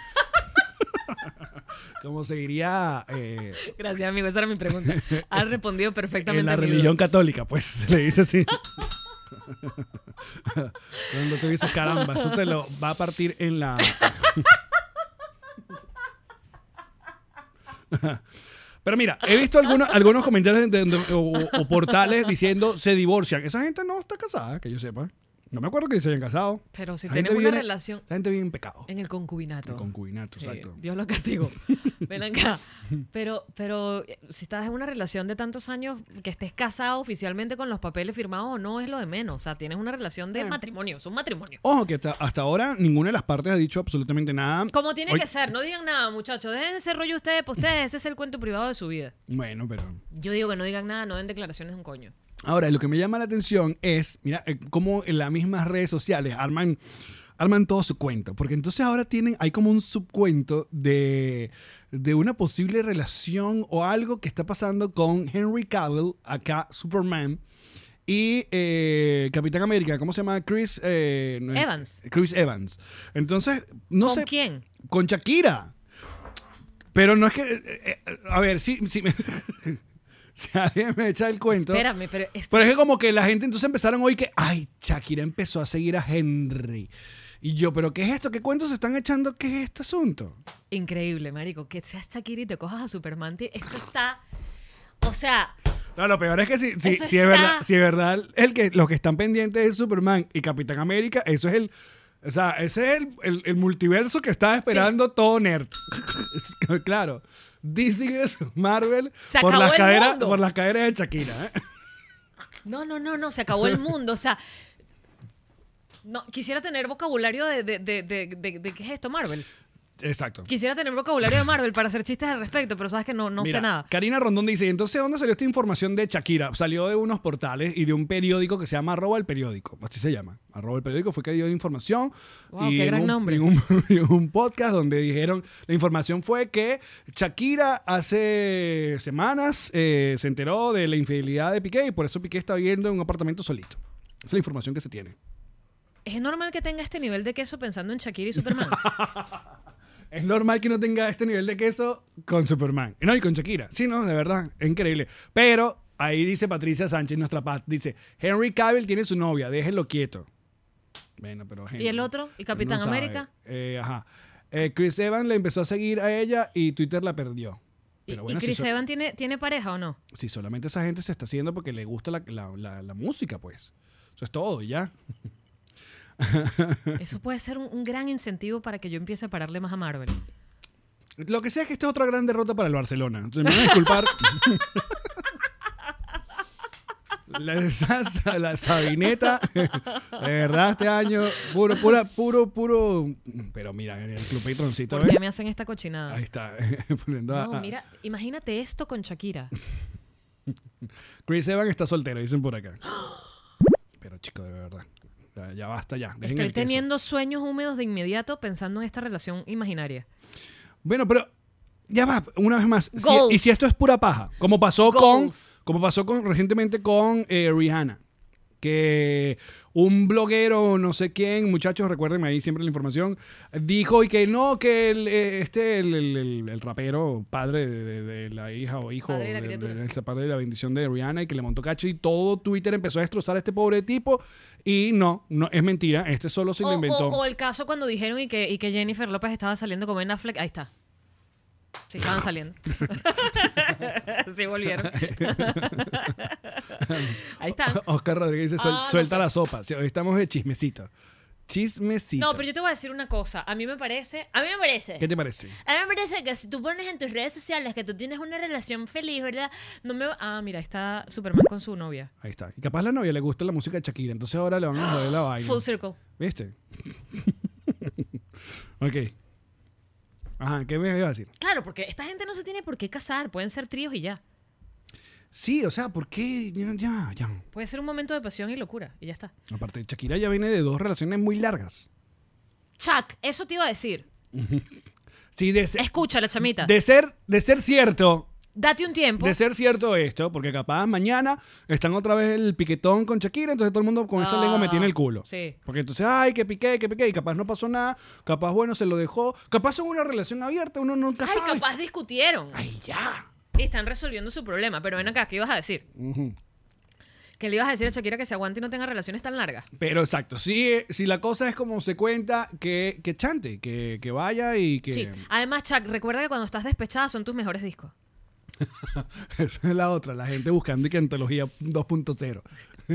S3: como se diría eh,
S2: Gracias, amigo, esa era mi pregunta. Has respondido perfectamente.
S3: en la
S2: a mi duda.
S3: religión católica, pues [LAUGHS] se le dice así. Cuando tú dices, caramba, eso te lo va a partir en la. Pero mira, he visto algunos, algunos comentarios de- de- o, o portales diciendo se divorcian. Esa gente no está casada, que yo sepa. No me acuerdo que se hayan casado.
S2: Pero si
S3: Esa gente
S2: tenemos una
S3: vive en-
S2: relación
S3: La gente vive en pecado.
S2: en el concubinato.
S3: El concubinato,
S2: Sí,
S3: exacto.
S2: Dios lo
S3: [LAUGHS]
S2: castigó. Ven acá. Pero, pero eh, si estás en una relación de tantos años, que estés casado oficialmente con los papeles firmados o no es lo de menos. O sea, tienes una relación de matrimonio, es un matrimonio.
S3: Ojo, que hasta, hasta ahora ninguna de las partes ha dicho absolutamente nada.
S2: Como tiene
S3: Hoy-
S2: que ser, no digan nada, muchachos. Dejen ese rollo ustedes, pues ustedes, ese es el cuento privado de su vida.
S3: Bueno, pero.
S2: Yo digo que no digan nada, no den declaraciones de un coño.
S3: Ahora, lo que me llama la atención es, mira, eh, cómo en las mismas redes sociales arman, arman todo su cuento. Porque entonces ahora tienen, hay como un subcuento de, de una posible relación o algo que está pasando con Henry Cavill, acá Superman, y eh, Capitán América, ¿cómo se llama? Chris eh, no es-
S2: Evans.
S3: Chris Evans. Entonces, no
S2: ¿Con
S3: sé.
S2: quién?
S3: Con Shakira. Pero no es que. eh, eh, a ver, si, si, me- [LAUGHS] si alguien me echa el cuento.
S2: Espérame, pero esto
S3: Pero es que como que la gente entonces empezaron hoy que, ay, Shakira empezó a seguir a Henry. Y yo, pero ¿qué es esto? ¿Qué cuentos se están echando? ¿Qué es este asunto?
S2: increíble, marico. Que seas Shakira y te cojas a Superman. te- Eso está... O sea,
S3: No, lo peor es que si, si,
S2: Eso
S3: si es
S2: está-
S3: verdad, si es verdad el que, los que están pendientes es Superman y Capitán América, eso es el... O sea, ese es el, el- el multiverso que está esperando todo nerd. [LAUGHS] Es que, claro. DC es Marvel
S2: Se
S3: por
S2: acabó
S3: las,
S2: el
S3: caderas,
S2: mundo.
S3: por las caderas de Shakira. ¿eh?
S2: No, no, no, no, se acabó el mundo. O sea, no, quisiera tener vocabulario de, de, de, de, de- de- qué es esto, Marvel.
S3: Exacto.
S2: Quisiera tener vocabulario de Marvel para hacer chistes al respecto, pero sabes que no, no
S3: Mira,
S2: sé nada.
S3: Karina Rondón dice, entonces, ¿dónde salió esta información de Shakira? Salió de unos portales y de un periódico que se llama arroba el periódico. Así se llama. Arroba el periódico fue que dio información.
S2: Wow,
S3: y
S2: qué
S3: en
S2: gran
S3: un-
S2: nombre.
S3: En un, [LAUGHS] en un podcast donde dijeron, la información fue que Shakira hace semanas eh, se enteró de la infidelidad de Piqué y por eso Piqué está viviendo en un apartamento solito. Esa es la información que se tiene.
S2: Es normal que tenga este nivel de queso pensando en Shakira y
S3: [LAUGHS]
S2: Superman.
S3: Es normal que no tenga este nivel de queso con Superman. No, y con Shakira. Sí, no, de verdad. Es increíble. Pero ahí dice Patricia Sánchez, nuestra paz. Dice, Henry Cavill tiene su novia, déjenlo quieto. Bueno, pero Henry-
S2: el otro? ¿Y Capitán
S3: sabe.
S2: América?
S3: Eh, ajá. Eh, Chris Evans le empezó a seguir a ella y Twitter la perdió.
S2: ¿Y,
S3: Pero bueno,
S2: y Chris
S3: si, so-
S2: Evans tiene, tiene pareja o no?
S3: si solamente esa gente se está haciendo porque le gusta la, la- la- la música, pues. Eso es todo, y ya.
S2: Eso puede ser un, un gran incentivo para que yo empiece a pararle más a Marvel.
S3: Lo que sea es que esta es otra gran derrota para el Barcelona. Entonces, me van a disculpar. La, sa- la Sabineta, de verdad, este año, puro, pura, puro, puro. Pero mira, el Club Patroncito,
S2: ¿Por qué
S3: ¿ves?
S2: me hacen esta cochinada?
S3: Ahí está, [LAUGHS] poniendo a-
S2: No,
S3: a-
S2: mira, imagínate esto con Shakira.
S3: Chris Evans está soltero, dicen por acá. Pero chico, de verdad. Ya, ya basta, ya. dejen
S2: Estoy
S3: el queso.
S2: teniendo sueños húmedos de inmediato pensando en esta relación imaginaria.
S3: Bueno, pero ya va, una vez más. Si-
S2: Goals.
S3: y si esto es pura paja, como pasó con,
S2: Goals.
S3: como pasó con recientemente con eh, Rihanna, que un bloguero, no sé quién, muchachos, recuérdenme ahí siempre la información, dijo y que no, que el, eh, este, el, el- el- el rapero, padre de, de- de la hija o hijo,
S2: Padre de la
S3: de-
S2: criatura.
S3: de- esa padre de la bendición de Rihanna y que le montó cacho y todo Twitter empezó a destrozar a este pobre tipo y no, no es mentira, este solo se
S2: O,
S3: lo
S2: o-
S3: inventó.
S2: o el caso cuando dijeron y que, y que Jennifer López estaba saliendo con Ben Affleck. Ahí está. Sí, estaban saliendo. [LAUGHS] sí, volvieron.
S3: [LAUGHS]
S2: Ahí está.
S3: Oscar Rodríguez dice, "Suel-
S2: Ah, no
S3: suelta
S2: sé.
S3: la sopa. Sí, hoy estamos de chismecito. Chismecito.
S2: No, pero yo te voy a decir una cosa. A mí me parece. A mí me parece.
S3: ¿Qué te parece?
S2: A mí me parece que si tú pones en tus redes sociales que tú tienes una relación feliz, ¿verdad? No me. Ah, mira, ahí está Superman con su novia.
S3: Ahí está. Y capaz la novia le gusta la música de Shakira, entonces ahora le van a joder la vaina.
S2: Full circle.
S3: ¿Viste? [LAUGHS] ok. Ajá, ¿qué me iba a decir?
S2: Claro, porque esta gente no se tiene por qué casar. Pueden ser tríos y ya.
S3: Sí, o sea, ¿por qué? Ya, ya, ya.
S2: Puede ser un momento de pasión y locura y ya está.
S3: Aparte, Shakira ya viene de dos relaciones muy largas.
S2: Chuck, eso te iba a decir.
S3: Sí, de, se-
S2: Escucha, la chamita.
S3: de ser, de ser cierto,
S2: Date un tiempo.
S3: de ser cierto esto, porque capaz mañana están otra vez el piquetón con Shakira, entonces todo el mundo con esa
S2: Ah,
S3: lengua me tiene el culo.
S2: sí.
S3: Porque entonces, ay, que piqué, que piqué, y capaz no pasó nada, capaz bueno, se lo dejó, capaz son una relación abierta, uno nunca
S2: Ay,
S3: sabe.
S2: capaz discutieron.
S3: Ay, ya.
S2: Y están resolviendo su problema. Pero ven acá, ¿qué ibas a decir? Que le ibas a decir a Shakira que se aguante y no tenga relaciones tan largas.
S3: Pero exacto, si, si la cosa es como se cuenta, que, que chante, que, que vaya y que...
S2: Sí. Además, Chuck, recuerda que cuando estás despechada son tus mejores discos.
S3: [LAUGHS] Esa es la otra, la gente buscando y que antología 2.0.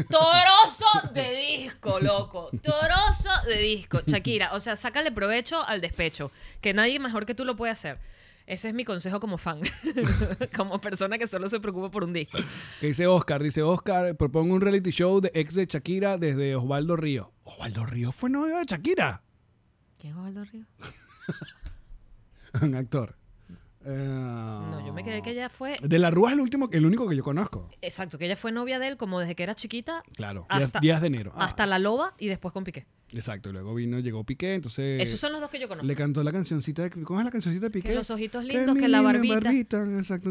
S2: Toroso de disco, loco. Toroso de disco. Shakira, o sea, sácale provecho al despecho. Que nadie mejor que tú lo puede hacer. Ese es mi consejo como fan. [LAUGHS] como persona que solo se preocupa por un disco.
S3: Que dice Oscar, dice Oscar, propongo un reality show de ex de Shakira desde Osvaldo Río. Osvaldo Río fue novio de Shakira.
S2: ¿Quién es Osvaldo Río?
S3: [LAUGHS] Un actor. Eh,
S2: No, yo me quedé que ella fue.
S3: De la Rúa es el, último, el único que yo conozco.
S2: Exacto, que ella fue novia de él como desde que era chiquita.
S3: Claro, días-
S2: Hasta,
S3: días de enero. Ah.
S2: Hasta la loba y después con Piqué.
S3: Exacto, y luego vino, llegó Piqué, entonces...
S2: Esos son los dos que yo conozco.
S3: Le cantó la cancioncita de... ¿Cómo es la cancioncita de Piqué?
S2: los ojitos
S3: Que
S2: lindos,
S3: mi
S2: que la
S3: linda
S2: barbita.
S3: Exacto.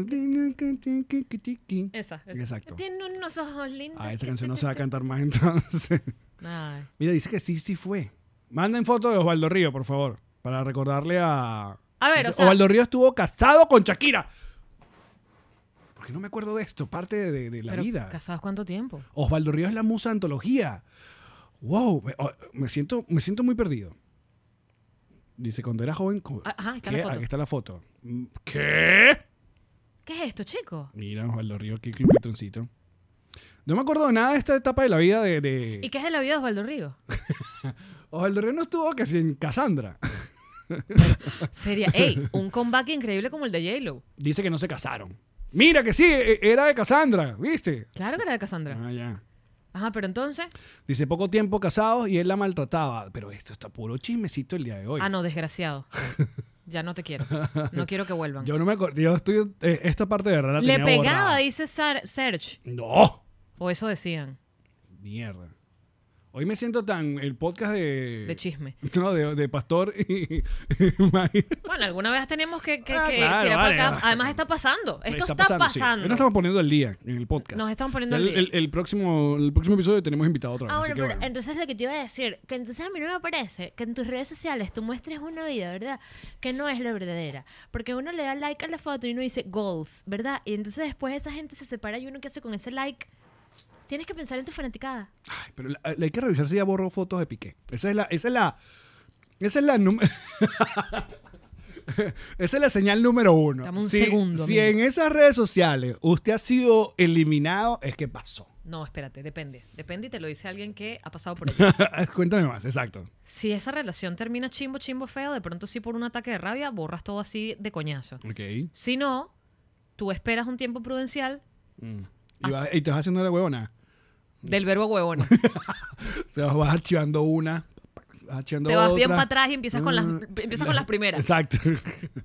S2: Esa, esa.
S3: Exacto.
S2: Tiene unos ojos lindos.
S3: Ah, esa canción no se va a cantar más [LAUGHS] entonces.
S2: Ay.
S3: Mira, dice que sí, sí fue. Manden foto de Osvaldo Río, por favor, para recordarle a...
S2: A ver,
S3: Dice,
S2: o sea-
S3: Osvaldo Río estuvo casado con Shakira. Porque no me acuerdo de esto, parte de, de la
S2: Pero,
S3: vida.
S2: ¿Casados cuánto tiempo?
S3: Osvaldo Río es la musa de antología. Wow, me, oh, me siento, me siento muy perdido. Dice, cuando era joven... co-
S2: Ah, ajá, ahí está la
S3: ¿qué?
S2: foto.
S3: Aquí está la foto. Mm, ¿Qué?
S2: ¿Qué es esto, chico?
S3: Mira, Osvaldo Río, aquí Club Patroncito. No me acuerdo de nada de esta etapa de la vida de... de-
S2: ¿Y qué es de la vida de Osvaldo
S3: [LAUGHS]
S2: Río?
S3: Osvaldo Río no estuvo que sin Cassandra.
S2: Sería, ey, un comeback increíble como el de J-Lo.
S3: Dice que no se casaron. Mira que sí, e- era de Cassandra, ¿viste?
S2: Claro que era de Cassandra.
S3: Ah, ya.
S2: Ajá, pero entonces.
S3: Dice poco tiempo casados y él la maltrataba. Pero esto está puro chismecito el día de hoy. [LAUGHS]
S2: Ah, no, desgraciado. ya no te quiero. No quiero que vuelvan.
S3: Yo no me acuerdo. Yo estoy. eh, Esta parte de verdad la
S2: Le
S3: tenía
S2: pegaba,
S3: borrada.
S2: dice Sar- Serge.
S3: No.
S2: O eso decían,
S3: Mierda. Hoy me siento tan. El podcast de.
S2: de chisme.
S3: No, de, de Pastor y. Imagina-
S2: Bueno, alguna vez tenemos que, que-
S3: Ah,
S2: que
S3: claro,
S2: tirar para
S3: vale,
S2: acá.
S3: basta.
S2: Además está pasando. Esto está,
S3: sí.
S2: pasando.
S3: Nos estamos poniendo al día en el podcast.
S2: Nos estamos poniendo
S3: Ya
S2: al
S3: el,
S2: día.
S3: El, el próximo, el próximo episodio tenemos invitado otra vez.
S4: Ah,
S3: así
S4: bueno,
S3: que
S4: pero
S3: bueno.
S4: entonces lo que te iba a decir, que entonces a mí no me parece que en tus redes sociales tú muestres una vida, ¿verdad? Que no es la verdadera. Porque uno le da like a la foto y uno dice goals, ¿verdad? Y entonces después esa gente se separa y uno qué hace con ese like. Tienes que pensar en tu fanaticada.
S3: Ay, pero la, la hay que revisar si ya borró fotos de Piqué. Esa es la. Esa es la. Esa es la. num- [LAUGHS] esa es la señal número uno.
S2: Dame un
S3: si,
S2: segundo,
S3: Si
S2: amigo.
S3: en esas redes sociales usted ha sido eliminado, es que pasó. [LAUGHS]
S2: No, espérate, depende. Depende y te lo dice alguien que ha pasado
S3: [LAUGHS]
S2: por allá.
S3: Cuéntame más, exacto.
S2: si esa relación termina chimbo, chimbo feo, de pronto sí por un ataque de rabia, borras todo así de coñazo.
S3: Ok.
S2: Si no, tú esperas un tiempo prudencial Ah.
S3: Y, vas- y te vas haciendo la huevona.
S2: del verbo huevón.
S3: [LAUGHS] Te vas, vas archivando una. Vas archivando
S2: Te vas bien
S3: otra.
S2: para atrás y empiezas con las, em,
S3: Mm,
S2: empiezas
S3: [LAUGHS]
S2: con las primeras.
S3: Exacto.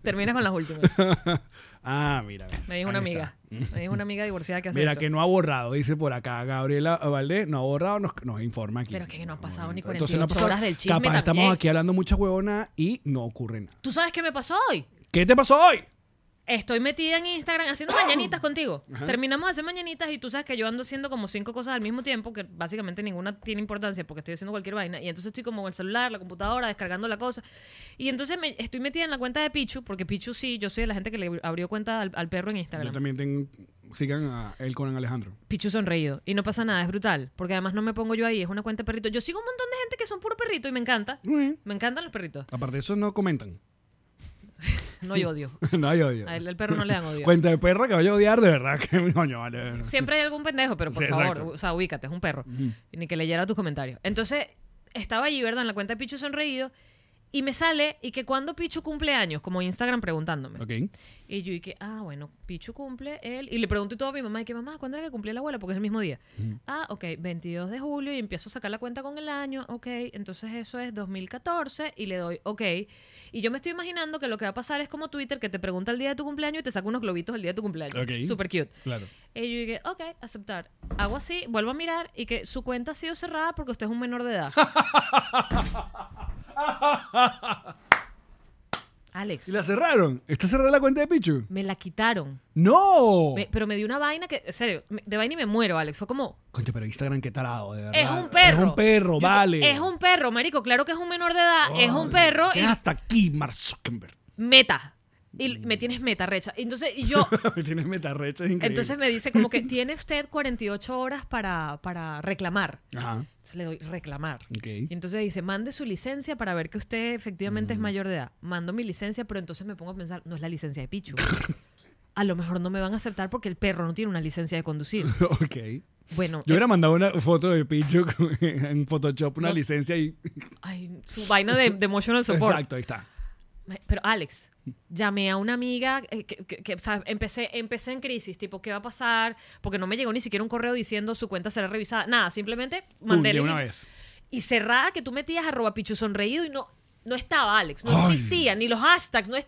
S2: Terminas con las últimas.
S3: [LAUGHS] ah, mira. ves,
S2: Me dijo una
S3: ahí
S2: amiga.
S3: está.
S2: Me dijo una amiga divorciada que hace
S3: Mira,
S2: eso.
S3: que no ha borrado, dice por acá Gabriela Valdés, no ha borrado, nos, nos informa aquí.
S2: Pero que no ha pasado ni
S3: Entonces, no
S2: 48
S3: ha pasado.
S2: horas del chisme
S3: Capaz estamos
S2: también.
S3: aquí hablando mucha huevona y no ocurre nada.
S2: ¿Tú sabes qué me pasó hoy?
S3: ¿Qué te pasó hoy?
S2: Estoy metida en Instagram
S3: [COUGHS]
S2: haciendo mañanitas contigo. Terminamos de hacer mañanitas y tú sabes que yo ando haciendo como cinco cosas al mismo tiempo, que básicamente ninguna tiene importancia porque estoy haciendo cualquier vaina. Y entonces estoy como con el celular, la computadora, descargando la cosa. Y entonces me, estoy metida en la cuenta de Pichu, porque Pichu sí, yo soy de la gente que le abrió cuenta al, al perro en
S3: Yo
S2: Instagram.
S3: también tengo. Sigan a el Conan Alejandro.
S2: Pichu sonreído. Y no pasa nada, es brutal. Porque además no me pongo yo ahí, es una cuenta de perrito. Yo sigo un montón de gente que son puro perrito y me encanta.
S3: Mm.
S2: Me encantan los perritos.
S3: Aparte de eso, no comentan. [LAUGHS]
S2: No hay odio.
S3: no hay odio.
S2: A él- al perro no le dan odio.
S3: Cuenta de perra que vaya a odiar, de verdad. Que [LAUGHS] coño, vale.
S2: Siempre hay algún pendejo, pero por
S3: Sí,
S2: favor,
S3: exacto.
S2: o sea, ubícate, es un perro. Ni que leyera tus comentarios. Entonces, estaba allí, ¿verdad? En la cuenta de Pichu Sonreído. Y me sale, y que cuando Pichu cumple años, como Instagram preguntándome.
S3: Ok.
S2: Y yo, y que, ah, bueno, Pichu cumple él. Y le pregunto y todo a mi mamá, y que, mamá, ¿cuándo era que cumplía la abuela? Porque es el mismo día. Ah, ok, 22 de julio, y empiezo a sacar la cuenta con el año, ok, entonces eso es 2014, y le doy, ok. Y yo me estoy imaginando que lo que va a pasar es como Twitter, que te pregunta el día de tu cumpleaños y te saca unos globitos el día de tu cumpleaños.
S3: Ok.
S2: Super cute.
S3: Claro.
S2: Y yo dije, ok, aceptar. Hago así, vuelvo a mirar y que su cuenta ha sido cerrada porque usted es un menor de
S3: [LAUGHS]
S2: edad. Alex,
S3: ¿Y la cerraron? ¿Está cerrada la cuenta de Pichu?
S2: me la quitaron.
S3: ¡No!
S2: Me- pero me dio una vaina que, en serio, me- de vaina y me muero, Alex. Fue como,
S3: Concha, pero Instagram, qué tarado, de verdad.
S2: es un perro.
S3: Es un perro,
S2: Yo-
S3: vale.
S2: Es un perro, marico. Claro que es un menor de edad, es un perro
S3: Ven
S2: y
S3: Hasta aquí, Mark Zuckerberg.
S2: meta. Y
S3: Mm.
S2: me tienes meta, recha. Y Entonces, y
S3: [LAUGHS]
S2: yo,
S3: Tienes metarrecha, es increíble.
S2: entonces me dice como que tiene usted 48 horas para, para reclamar.
S3: Ajá.
S2: Entonces le doy reclamar.
S3: Ok.
S2: Y entonces dice, mande su licencia para ver que usted efectivamente es
S3: Mm.
S2: mayor de edad. Mando mi licencia, pero entonces me pongo a pensar, no es la licencia de Pichu. a lo mejor no me van a aceptar porque el perro no tiene una licencia de
S3: [LAUGHS]
S2: conducir.
S3: [LAUGHS] Ok.
S2: Bueno,
S3: Yo
S2: eh,
S3: hubiera mandado una foto de Pichu [LAUGHS] con- en Photoshop, una
S2: No.
S3: licencia y.
S2: ay, su vaina de, de
S3: [LAUGHS]
S2: emotional support.
S3: Exacto, ahí está.
S2: Me- Pero Alex, llamé a una amiga eh, que, que- que, o sea, empecé, empecé en crisis, tipo, ¿qué va a pasar? Porque no me llegó ni siquiera un correo diciendo su cuenta será revisada. Nada, simplemente mandé
S3: Pum, de
S2: el-
S3: una vez.
S2: y cerrada que tú metías arroba pichu sonreído y no, no estaba Alex, no
S3: Ay.
S2: existía, ni los hashtags, no es,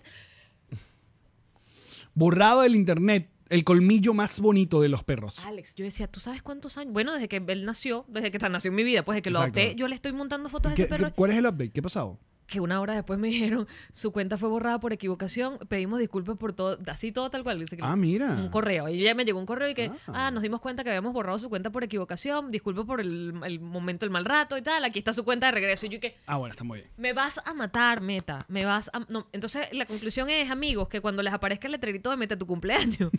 S3: Borrado del internet, el colmillo más bonito de los perros.
S2: Alex, yo decía, ¿tú sabes cuántos años? Bueno, desde que él nació, desde que nació en mi vida, pues desde que lo
S3: Exacto.
S2: adopté, yo le estoy montando fotos a
S3: ¿Qué-
S2: ese perro
S3: qué- ¿Cuál es el update? ¿Qué ha pasado?
S2: que una hora después me [LAUGHS] dijeron, su cuenta fue borrada por equivocación, pedimos disculpas por todo, así todo tal cual. Dice que-
S3: Ah, mira.
S2: Un correo. Y ya me llegó un correo y que, ah, nos dimos cuenta que habíamos borrado su cuenta por equivocación, disculpa por el, el momento, el mal rato y tal, aquí está su cuenta de regreso. Y yo que...
S3: Ah, bueno, está muy bien.
S2: Me vas a matar, Meta. Me vas a... no, Entonces, la conclusión es, amigos, que cuando les aparezca el letrerito de Meta tu
S3: [LAUGHS]
S2: cumpleaños.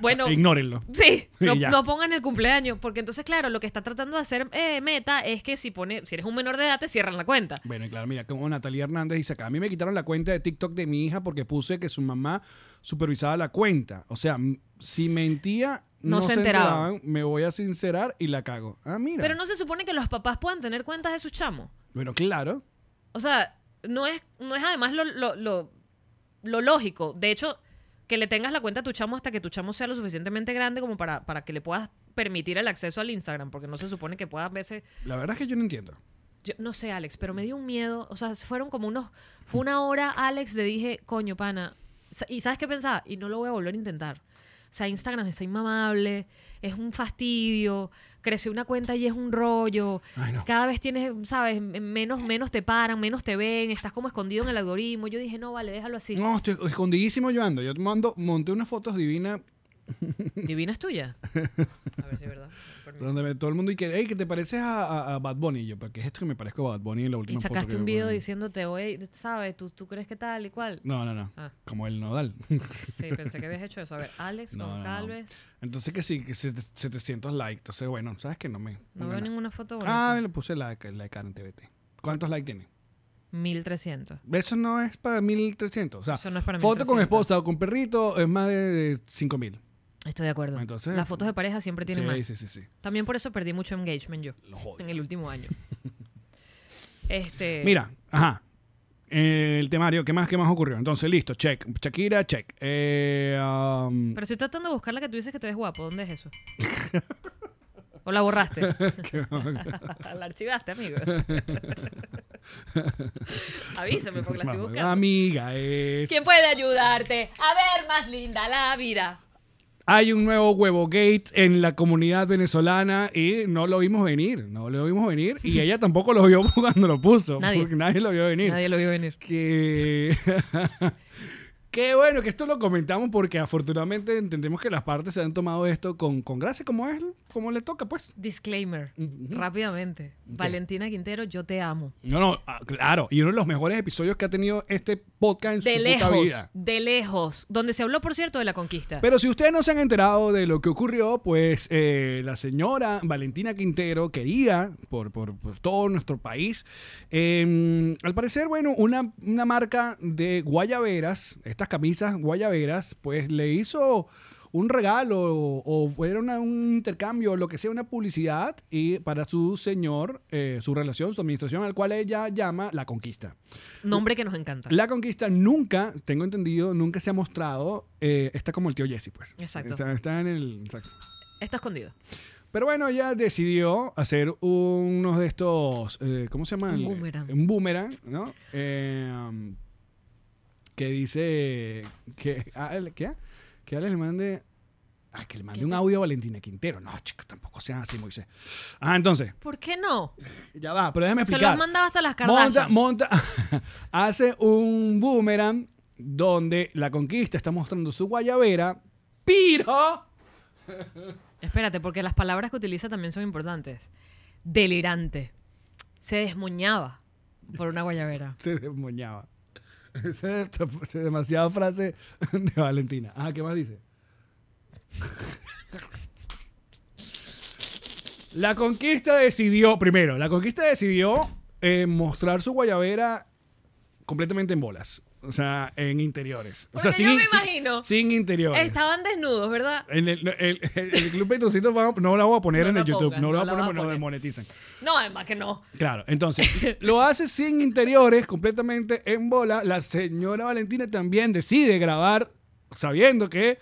S2: bueno...
S3: Ignórenlo. [LAUGHS]
S2: Sí,
S3: Y
S2: no,
S3: ya.
S2: no pongan el cumpleaños, porque entonces, claro, lo que está tratando de hacer eh, Meta es que si pone, si eres un menor de edad, te cierran la cuenta.
S3: Bueno, y claro, mira, como Natalia Hernández dice acá, a mí me quitaron la cuenta de TikTok de mi hija porque puse que su mamá supervisaba la cuenta. O sea, m- si mentía, no,
S2: No se
S3: se,
S2: enteraban.
S3: enteraban, me voy a sincerar y la cago. Ah, mira.
S2: Pero no se supone que los papás puedan tener cuentas de sus chamos.
S3: Bueno, claro.
S2: O sea, no es, no es además lo, lo- lo- lo lógico. De hecho, que le tengas la cuenta a tu chamo hasta que tu chamo sea lo suficientemente grande como para, para que le puedas permitir el acceso al Instagram, porque no se supone que pueda verse...
S3: La verdad es que yo no entiendo.
S2: Yo no sé, Alex, pero me dio un miedo. O sea, fueron como unos. Fue una hora, Alex, de dije, coño, pana. sa- ¿Y sabes qué pensaba? Y no lo voy a volver a intentar. O sea, Instagram está inmamable, es un fastidio, creció una cuenta y es un rollo.
S3: Ay, no.
S2: Cada vez tienes, sabes, M- menos, menos te paran, menos te ven, estás como escondido en el algoritmo. Yo dije, no, vale, déjalo así.
S3: No, estoy escondidísimo yo ando. Yo mando, monté unas fotos divinas
S2: Divina es
S3: [LAUGHS]
S2: tuya. A ver si es verdad. Permiso.
S3: donde me- todo el mundo y que, hey, que te pareces a, a- a Bad Bunny. Y yo, ¿pero qué es esto que me parezco a Bad Bunny en la última
S2: Y
S3: foto
S2: sacaste
S3: que
S2: un video
S3: ponen?
S2: diciéndote, oye, sabes, ¿Tú, tú crees que tal y
S3: [LAUGHS]
S2: cual.
S3: No, no, no.
S2: Ah.
S3: Como el Nodal. [LAUGHS]
S2: Sí, pensé que habías hecho eso. A ver, Alex,
S3: No,
S2: con
S3: no, no.
S2: Calves.
S3: Entonces que sí, que se- 700 likes. Entonces, bueno, ¿sabes que No me...
S2: No,
S3: me-
S2: veo ninguna foto
S3: Ah,
S2: bonita.
S3: le puse la, la cara en TVT. ¿Cuántos likes tiene?
S2: 1300.
S3: Eso no es para 1300. O sea,
S2: Eso no es para
S3: Ah. foto con
S2: 1300.
S3: esposa o con perrito es más de 5000.
S2: Estoy de acuerdo.
S3: Entonces-
S2: Las fotos de pareja siempre tienen
S3: Sí,
S2: más.
S3: sí, sí, sí.
S2: También por eso perdí mucho engagement yo.
S3: Lo jodio.
S2: En el último
S3: [LAUGHS]
S2: año. este.
S3: Mira, ajá. El temario, ¿qué más, qué más ocurrió? Entonces, listo, check. Shakira, check. Eh, um,
S2: Pero
S3: [LAUGHS]
S2: estoy tratando de buscar la que tú dices que te ves guapo. ¿Dónde es eso? ¿O la
S3: [LAUGHS]
S2: borraste? [LAUGHS] la archivaste, amigo. Avísame porque la estoy buscando.
S3: Amiga, es...
S2: ¿Quién puede ayudarte a ver más linda la vida?
S3: Hay un nuevo huevo gate en la comunidad venezolana y no lo vimos venir, no lo vimos venir
S2: [LAUGHS]
S3: y ella tampoco lo vio [LAUGHS] cuando lo puso,
S2: Nadie.
S3: porque nadie lo vio venir.
S2: Nadie lo vio venir.
S3: Que [LAUGHS] Qué bueno que esto lo comentamos porque afortunadamente entendemos que las partes se han tomado esto con, con gracia como es, como le toca, pues.
S2: Disclaimer, rápidamente. Valentina Quintero, yo te amo.
S3: No, no, ah, claro, y uno de los mejores episodios que ha tenido este podcast en
S2: De
S3: su
S2: lejos,
S3: puta vida.
S2: de lejos. Donde se habló, por cierto, de la conquista.
S3: Pero si ustedes no se han enterado de lo que ocurrió, pues eh, la señora Valentina Quintero quería, por, por, por todo nuestro país, eh, al parecer, bueno, una, una marca de guayaberas, estas camisas guayaberas, pues le hizo un regalo o, o era una- un intercambio, lo que sea, una publicidad y para su señor, eh, su relación, su administración, al cual ella llama La Conquista.
S2: Nombre que nos encanta.
S3: La conquista nunca, tengo entendido, nunca se ha mostrado. eh, está como el tío Jesse, pues.
S2: Exacto.
S3: Está, está en el. exacto.
S2: Está escondido.
S3: Pero bueno, ella decidió hacer unos de estos. eh, ¿Cómo se llama?
S2: Un
S3: El-
S2: boomerang.
S3: Un boomerang, ¿no? Eh, que dice. Que, ah, el- ¿Qué? Que Alex le mande. Ah, que le mande un audio a Valentina Quintero. No, chicos, tampoco sean así, Moisés. Ah, entonces.
S2: ¿Por qué no?
S3: Ya va, pero déjame
S2: Se
S3: explicar.
S2: los mandaba hasta las Kardashian.
S3: Monta, monta, [LAUGHS] hace un boomerang donde la conquista está mostrando su guayabera, pero [LAUGHS]
S2: Espérate, porque las palabras que utiliza también son importantes. Delirante. Se desmoñaba por una guayabera.
S3: se desmoñaba. Esa es esta- demasiada frase de Valentina. Ah, ¿qué más dice? [LAUGHS] La conquista decidió, primero, la conquista decidió eh, mostrar su guayabera completamente en bolas. O sea, en interiores. o sea,
S2: Porque yo me
S3: sin-
S2: imagino.
S3: Sin interiores.
S2: Estaban desnudos, ¿verdad?
S3: En el, el- [LAUGHS] el- el Club Petroncito vamos- no la voy a poner
S2: No
S3: en
S2: la
S3: el YouTube.
S2: pongas,
S3: no la
S2: no
S3: voy a
S2: la vas a
S3: poner porque nos
S2: poner.
S3: demonetizan.
S2: No, además que no. [LAUGHS]
S3: Claro, entonces, [LAUGHS] lo hace sin interiores, completamente en bola. La señora Valentina también decide grabar sabiendo que,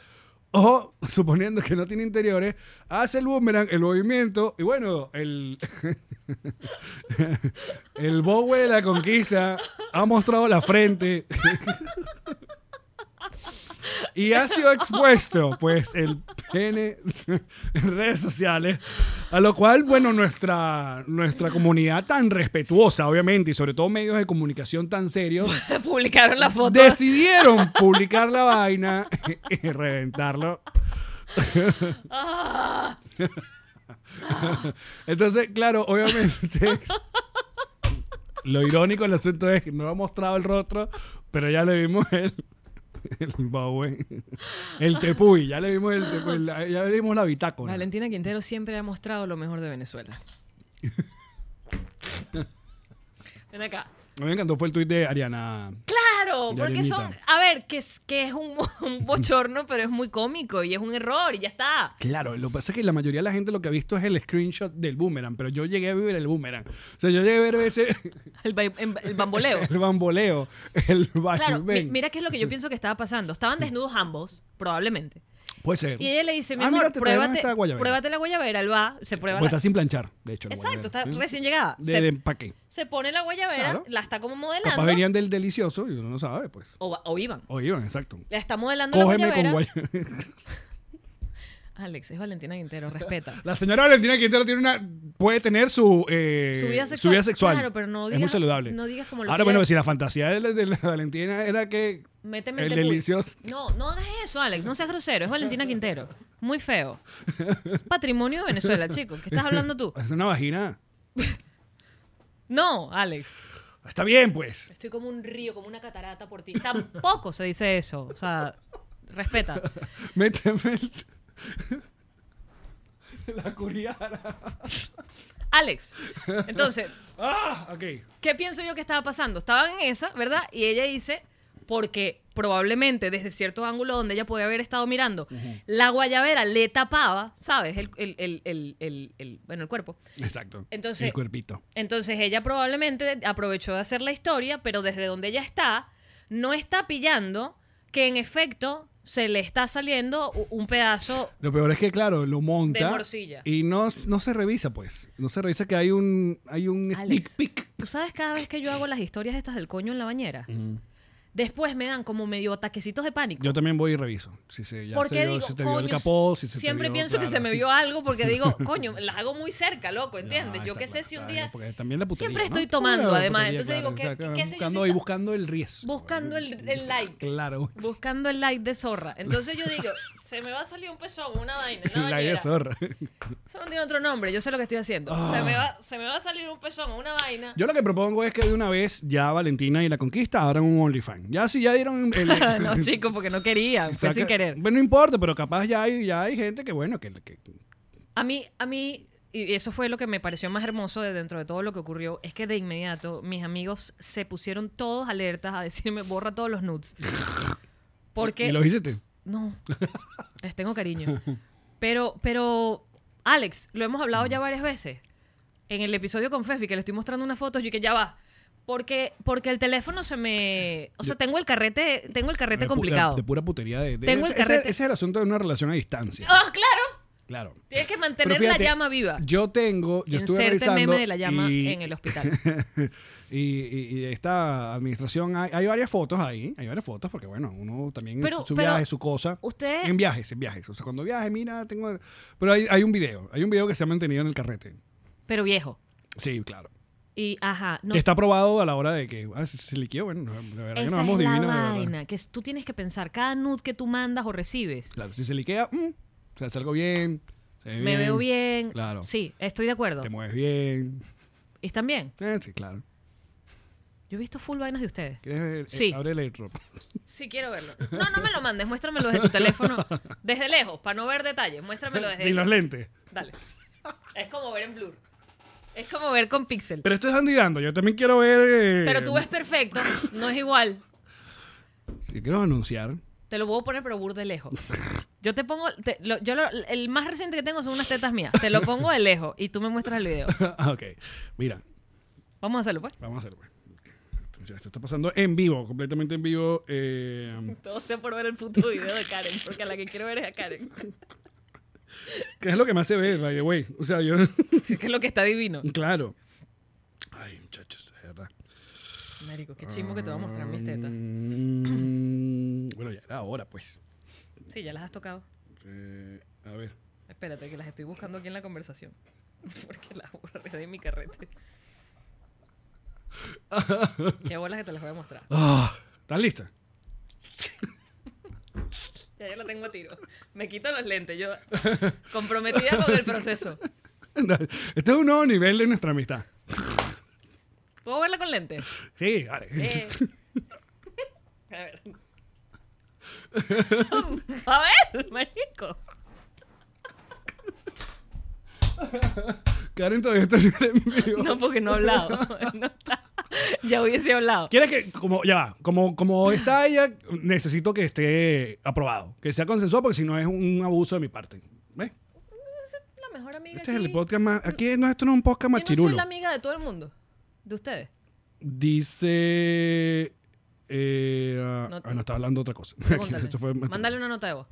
S3: o [LAUGHS] suponiendo que no tiene interiores, hace el boomerang, el movimiento, y bueno, el, [LAUGHS] el Bowie de la conquista ha mostrado la frente. Y ha sido expuesto, pues, el pene [LAUGHS] en redes sociales. A lo cual, bueno, nuestra, nuestra comunidad tan respetuosa, obviamente, y sobre todo medios de comunicación tan serios,
S2: Publicaron la foto.
S3: decidieron publicar la vaina [LAUGHS] y reventarlo.
S2: Ah.
S3: Entonces, claro, obviamente. Lo irónico del asunto es que no ha mostrado el rostro, pero ya le vimos el. El Bowen. El Tepuy. Ya le vimos el tepuy, la- Ya le vimos la bitácora.
S2: Valentina Quintero siempre ha mostrado lo mejor de
S3: [LAUGHS]
S2: Venezuela. Ven acá.
S3: A mí me encantó fue el tuit de Ariana.
S2: Claro,
S3: De
S2: porque
S3: arenita.
S2: son, a ver, que es, que es un, un bochorno, pero es muy cómico y es un error y ya está.
S3: Claro, lo que pasa es que la mayoría de la gente lo que ha visto es el screenshot del boomerang, pero yo llegué a vivir el boomerang. O sea, yo llegué a ver ese, [LAUGHS]
S2: El, ba- em- el bamboleo.
S3: el bamboleo, el
S2: Claro, mi-
S3: vaivén.
S2: mira qué es lo que yo pienso que estaba pasando. Estaban desnudos ambos, probablemente.
S3: Puede ser.
S2: Y ella le dice, mi
S3: Ah,
S2: amor,
S3: mira, te trajeron
S2: pruébate,
S3: esta guayabera.
S2: pruébate la guayabera. Él va, se prueba
S3: Pues
S2: la-
S3: está sin planchar, de hecho. la
S2: Exacto, está
S3: guayabera. ¿Eh?
S2: recién llegada.
S3: De,
S2: se,
S3: de empaque.
S2: se pone la guayabera,
S3: Claro.
S2: la está como
S3: Capaz
S2: modelando.
S3: venían del delicioso y uno no sabe, pues.
S2: O, va- o iban.
S3: O iban, exacto.
S2: La está modelando
S3: Cógeme
S2: la
S3: con
S2: guayabera.
S3: guayabera.
S2: Alex, es Valentina Quintero, respeta.
S3: [LAUGHS] La señora Valentina Quintero tiene una, puede tener su, eh,
S2: Su vida sexual.
S3: sexual.
S2: Claro, pero no
S3: Es muy
S2: digas-
S3: saludable.
S2: no digas como lo
S3: Ahora,
S2: que ella-
S3: bueno, si la fantasía de la, de la Valentina era que
S2: Méteme
S3: El
S2: tepuy.
S3: delicioso.
S2: No, no hagas eso, Alex. No seas grosero. Es Valentina Quintero. Muy feo. Es patrimonio de Venezuela, chico. ¿Qué estás hablando tú?
S3: es una vagina.
S2: No, Alex.
S3: Está bien, pues.
S2: Estoy como un río, como una catarata por ti. Tampoco se dice eso. O sea, respeta.
S3: [LAUGHS] Méteme el- [LAUGHS] la curiara.
S2: Alex. Entonces,
S3: Ah, ok.
S2: ¿qué pienso yo que estaba pasando? Estaban en esa, ¿verdad? Y ella dice, porque probablemente desde cierto ángulo donde ella podía haber estado mirando, la guayabera le tapaba, ¿sabes? El, el- el- el- el- el- bueno, el cuerpo.
S3: Exacto.
S2: Entonces-
S3: el cuerpito.
S2: Entonces ella probablemente aprovechó de hacer la historia, pero desde donde ella está, no está pillando que en efecto se le está saliendo u- un pedazo
S3: Lo peor es que, claro, lo monta.
S2: De morcilla.
S3: Y no, no se revisa, pues. No se revisa que hay un, hay un
S2: Alex.
S3: sneak peek.
S2: Tú sabes cada vez que yo hago las historias estas del coño en la bañera, después me dan como medio ataquecitos de pánico.
S3: Yo también voy y reviso. Si se, ya se
S2: porque
S3: vio-
S2: digo,
S3: si te vio
S2: coño,
S3: el capó, si se te
S2: siempre
S3: vio,
S2: pienso que se
S3: claro.
S2: me vio algo porque
S3: [LAUGHS]
S2: digo, coño, las hago muy cerca, loco, ¿entiendes?
S3: Ah,
S2: yo
S3: está
S2: qué sé
S3: claro,
S2: si un
S3: está
S2: día
S3: bien, porque también la putería,
S2: siempre
S3: ¿no?
S2: estoy tomando,
S3: Claro, la
S2: además,
S3: putería,
S2: entonces digo, ¿qué-
S3: claro, exacto,
S2: qué sé yo
S3: buscando
S2: si
S3: y
S2: está-
S3: buscando el riesgo. eh,
S2: buscando el, el like,
S3: Claro.
S2: buscando el like de zorra. Entonces yo digo, [LAUGHS] se me va a salir un pezón, una vaina, una
S3: El [LAUGHS] like de
S2: bañera.
S3: zorra. Ah.
S2: Eso no tiene otro nombre, yo sé lo que estoy haciendo. Se, me va, se me va a salir un pezón, una vaina.
S3: Yo lo que propongo es que de una vez ya Valentina y la Conquista abran un OnlyFans. Ya si ya dieron
S2: [LAUGHS]
S3: el...
S2: [LAUGHS] no, chicos, porque no
S3: [LAUGHS]
S2: quería, fue
S3: saca-
S2: sin querer.
S3: Bueno, no importa, pero capaz ya hay, ya hay gente que, bueno, que... que-
S2: A mí, a mí, y eso fue lo que me pareció más hermoso de dentro de todo lo que ocurrió, es que de inmediato mis amigos se pusieron todos alertas a decirme, borra todos los
S3: [LAUGHS]
S2: nudes. Porque...
S3: ¿Y lo hiciste?
S2: No, [LAUGHS] les tengo cariño. Pero, pero, Alex, lo hemos hablado ya varias veces. En el episodio con Fefi, que le estoy mostrando unas fotos, yo que ya va. Porque, porque el teléfono se me... O sea, tengo el carrete, tengo el carrete
S3: De pu- eh,
S2: complicado.
S3: De, de pura putería. De, de-
S2: Tengo el
S3: ese, ese-
S2: carrete.
S3: ese es el asunto de una relación a distancia.
S2: ¡Ah, claro!
S3: Claro.
S2: Tienes que
S3: Pero
S2: mantener la
S3: fíjate,
S2: llama viva.
S3: Yo tengo, yo estuve
S2: Inserte
S3: revisando
S2: meme de la llama
S3: y-
S2: en el
S3: [LAUGHS]
S2: hospital.
S3: y, y- y esta administración, hay, hay varias fotos ahí, hay varias fotos, porque bueno, uno también
S2: Pero-
S3: su
S2: pero
S3: viaje, su cosa.
S2: usted-
S3: En viajes, en viajes. O sea, cuando viaje, mira, tengo... Pero hay, hay un video, hay un video que se ha mantenido en el carrete.
S2: Pero viejo.
S3: Sí, claro.
S2: Y, ajá, no.
S3: Que está aprobado a la hora de que ah, se, se liquidó, bueno, la verdad que
S2: Esa
S3: nos vamos
S2: es la
S3: divinos. de verdad.
S2: vaina, que es- tú tienes que pensar, cada nude que tú mandas o recibes,
S3: Claro, si se liquea, mm, o sea, salgo bien, se ve
S2: me veo bien,
S3: Claro.
S2: sí, estoy de acuerdo.
S3: Te mueves bien.
S2: ¿Y están bien?
S3: Eh, sí, claro.
S2: Yo he visto full vainas de ustedes.
S3: ¿Quieres ver? Eh,
S2: Sí.
S3: abre el airdrop.
S2: Sí, quiero verlo. No, no me lo mandes, muéstramelo desde tu teléfono, desde lejos, para [LAUGHS] no ver detalles,
S3: [LAUGHS]
S2: muéstramelo desde
S3: Sin los lentes.
S2: Dale. Es como ver en blur. Es como ver con pixel.
S3: Pero esto es Andy Dando, yo también quiero ver... eh,
S2: Pero tú ves perfecto, no es igual.
S3: Yo quiero anunciar. [LAUGHS]
S2: Te lo puedo poner, pero bur de lejos. Yo te pongo, te- lo- yo lo- el más reciente que tengo son unas tetas mías. Te lo pongo de lejos y tú me muestras el video.
S3: Ah, ok, mira,
S2: Vamos a hacerlo, pues.
S3: vamos a hacerlo. pues. Entonces, esto está pasando en vivo, completamente en vivo. eh,
S2: Todo sea por ver el puto video de Karen, porque a la que quiero ver es a Karen.
S3: ¿Qué es lo que más se ve, by the way? O sea, yo... [LAUGHS]
S2: Así que es lo que está divino.
S3: claro. Ay, muchachos, de verdad.
S2: Marico, qué chismo que te va a mostrar mis tetas.
S3: Mm, bueno, ya era hora, pues.
S2: Sí, ya las has tocado.
S3: Eh, a ver.
S2: Espérate, que las estoy buscando aquí en la conversación. [LAUGHS] Porque las borré de mi
S3: [LAUGHS]
S2: carrete. Qué bolas que te las voy a mostrar.
S3: Ah, ¿Estás lista? [LAUGHS]
S2: Ya yo lo tengo a tiro. Me quito los lentes,
S3: [LAUGHS]
S2: yo comprometida con el proceso.
S3: Este es un nuevo nivel de nuestra amistad.
S2: ¿Puedo verla con lentes?
S3: Sí, vale.
S2: Eh. [LAUGHS] A ver.
S3: [LAUGHS]
S2: A ver, marico.
S3: Karen todavía está en vivo.
S2: No, porque no he
S3: [LAUGHS]
S2: hablado. [LAUGHS] No está. Ya hubiese hablado.
S3: ¿Quieres que, como, ya va, como, como está ella, necesito que esté aprobado, que sea consensuado, porque si no es un abuso de mi parte. ¿Ves?
S2: La mejor amiga
S3: Este es el
S2: aquí.
S3: podcast más. Aquí no, esto no es un podcast más
S2: Yo no soy
S3: chirulo.
S2: la amiga de todo el mundo. De
S3: [LAUGHS]
S2: ustedes.
S3: Dice. eh, ah,
S2: No-
S3: ah, no, está hablando otra cosa.
S2: Pregúntale.
S3: [LAUGHS] Eso fue-
S2: Mándale una nota de voz.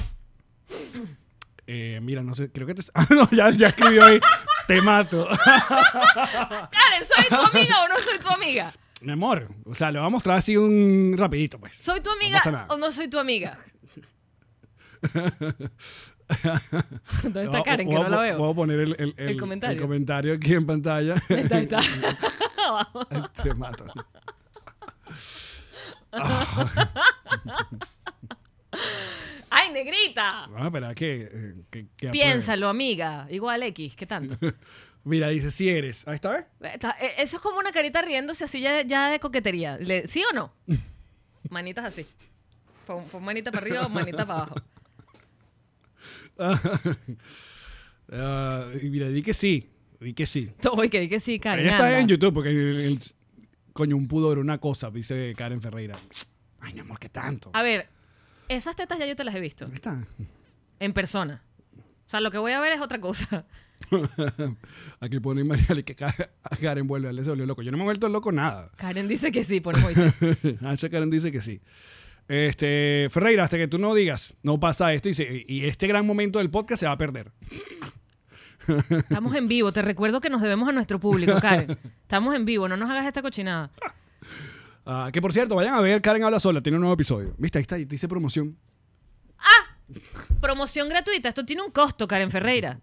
S3: Eh, mira, no sé, creo que te. Ah, [LAUGHS] no, ya, ya
S2: [LAUGHS]
S3: escribió ahí. te mato. [LAUGHS]
S2: Karen, ¿soy tu amiga o no soy tu amiga?
S3: Mi amor, o sea, le voy a mostrar así un rapidito, pues.
S2: ¿Soy tu
S3: No
S2: amiga
S3: pasa nada.
S2: o no soy tu amiga? ¿Dónde
S3: Voy
S2: está
S3: a-
S2: Karen? Que
S3: voy a
S2: no la
S3: po-
S2: veo.
S3: Voy a poner el, el- el-
S2: comentario.
S3: el comentario aquí
S2: [LAUGHS]
S3: en pantalla. [LAUGHS]
S2: Está, ahí está. Vamos.
S3: Te mato.
S2: ¡Ay, negrita!
S3: Vamos a esperar que, eh, que- que apruebe.
S2: Piénsalo, amiga. Igual X, ¿qué tanto?
S3: Mira, dice, si eres. Ahí está, ¿ves? [LAUGHS]
S2: Está- eh, Eso es como una carita riéndose así ya, ya de coquetería. Le- ¿Sí o no? Manitas así. Pon, pon manita para arriba o manita para abajo.
S3: Ah, y mira, di que sí. Di que sí.
S2: Todo que que sí, Karen.
S3: Ella está
S2: anda.
S3: en YouTube porque el- el- coño, un pudor, una cosa, dice Karen Ferreira. Ay, mi amor, qué tanto.
S2: A ver, esas tetas ya yo te las he visto.
S3: Ahí está. [LAUGHS]
S2: En persona. O sea, lo que voy a ver es otra cosa.
S3: Aquí pone Mariale que Ka- Karen vuelve, él se volvió loco. Yo no me he vuelto loco nada. [LAUGHS]
S2: Karen dice que sí, por Moisés.
S3: Ah, esa Karen dice que sí. Este, Ferreira, hasta que tú no digas, no pasa esto, y, se- y este gran momento del podcast se va a perder.
S2: Estamos en vivo. Te recuerdo que nos debemos a nuestro público, Karen. Estamos en vivo. No nos hagas esta cochinada.
S3: Ah, que por cierto, vayan a ver Karen Habla Sola, tiene un nuevo episodio. Viste, ahí está, ahí dice promoción.
S2: Promoción gratuita. Esto tiene un costo, Karen Ferreira.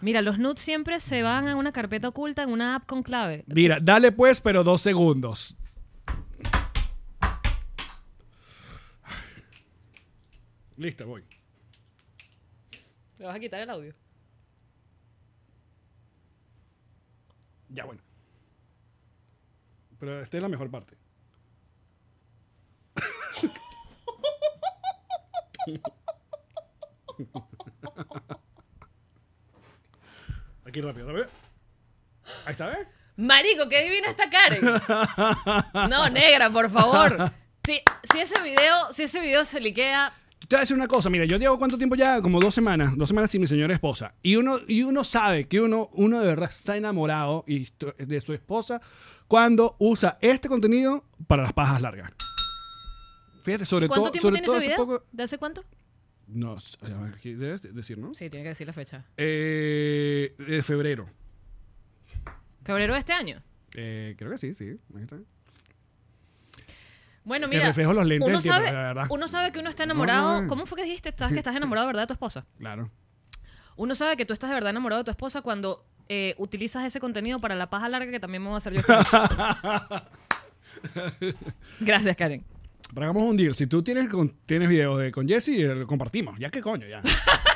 S2: Mira, los nudes siempre se van a una carpeta oculta en una app con clave.
S3: Mira, dale pues, pero dos segundos. Listo, voy.
S2: ¿Me vas a quitar el audio?
S3: Ya, bueno. Pero esta es la mejor parte. Aquí rápido, rápido. Ahí está, ¿ves?
S2: Marico, qué divina está Karen. [LAUGHS] No, negra, por favor. Si, si ese video, si ese video se liquea,
S3: Yo Te voy a decir una cosa, mira, yo llevo cuánto tiempo ya, como dos semanas, dos semanas sin mi señora esposa. Y uno, y uno sabe que uno, uno de verdad está enamorado y esto- de su esposa cuando usa este contenido para las pajas largas. Fíjate, sobre todo.
S2: ¿cuánto tiempo
S3: sobre
S2: tiene
S3: todo
S2: ese video?
S3: hace poco-
S2: ¿De hace cuánto?
S3: No, s- a ver, aquí debes de- decir, ¿no?
S2: Sí, tiene que decir la fecha.
S3: Eh, de febrero.
S2: Febrero de este año.
S3: Eh, creo que sí, sí. Ahí está.
S2: Bueno,
S3: Que
S2: mira.
S3: reflejo los lentes
S2: uno
S3: del tiempo,
S2: sabe,
S3: la verdad.
S2: uno sabe que uno está enamorado.
S3: no.
S2: ¿Cómo fue que dijiste estás, que estás enamorado, verdad, de tu esposa?
S3: Claro.
S2: Uno sabe que tú estás de verdad enamorado de tu esposa cuando eh, utilizas ese contenido para la paja larga que también me voy a hacer yo. [LAUGHS] esta noche. Gracias, Karen.
S3: Pero hagamos un deal. Si tú tienes, con- tienes videos de, con Jesse, eh, lo compartimos. Ya que coño, ya.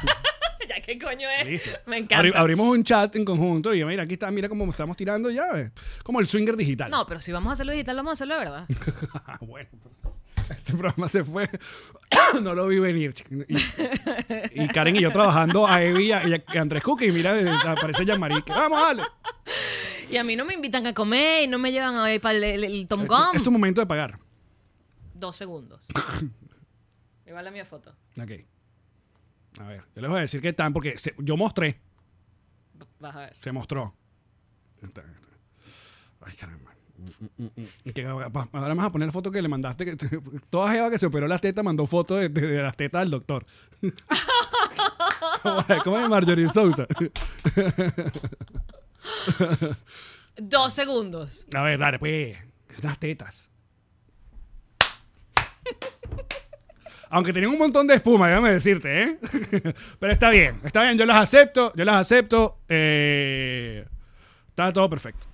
S2: [LAUGHS] ya, ¿qué coño es?
S3: Listo.
S2: Me encanta.
S3: Abri- abrimos un chat en conjunto y mira, aquí está, mira cómo estamos tirando ya. ¿ves? Como el swinger digital.
S2: No, pero si vamos a hacerlo digital, vamos a hacerlo de verdad.
S3: bueno, este programa se fue. [COUGHS] no lo vi venir. chico. Y, y Karen y yo trabajando a Evi y a, y a Andrés Cookie. Y mira, eh, aparece Yamari. Vamos, dale.
S2: Y a mí no me invitan a comer y no me llevan a ir para el, el- el Tom Gum.
S3: Es tu momento de pagar.
S2: Dos segundos. [COUGHS] Igual la mía foto.
S3: Ok. A ver, yo les voy a decir que están porque se- yo mostré.
S2: B- Vas a ver.
S3: Se mostró. Está, está. Ay, caramba. Mm, mm, mm, mm. Que ahora pa- ahora vamos a poner la foto que le mandaste. que [LAUGHS] te- toda Jeva que se operó las tetas mandó fotos de, de- de las tetas al doctor. [LAUGHS] ¿Cómo, es? ¿Cómo es Marjorie Sousa?
S2: Dos segundos.
S3: A ver, dale, pues. Las tetas. Aunque tenían un montón de espuma, déjame decirte, ¿eh? [LAUGHS] Pero está bien, está bien, yo las acepto, yo las acepto. eh, está todo perfecto.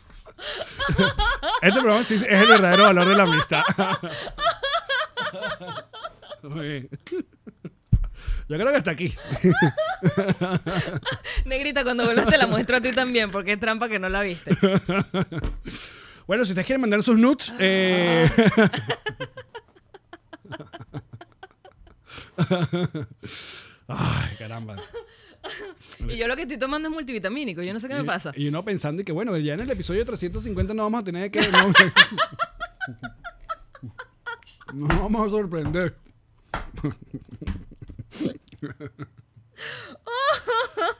S3: [LAUGHS] este programa sí es el verdadero valor de la amistad. [LAUGHS] Muy bien. yo creo que hasta aquí.
S2: Negrita, cuando vuelvas te la muestro a ti también, porque es trampa que no la viste.
S3: Bueno, si ustedes quieren mandar sus nudes,
S2: Ah. [LAUGHS]
S3: eh, Ay, caramba.
S2: Y yo lo que estoy tomando es multivitamínico. Yo no sé qué me
S3: Y-
S2: pasa.
S3: Y uno pensando y que bueno, ya en el episodio 350 no vamos a
S2: [LAUGHS]
S3: tener que. No, nos vamos
S2: [LAUGHS]
S3: a sorprender.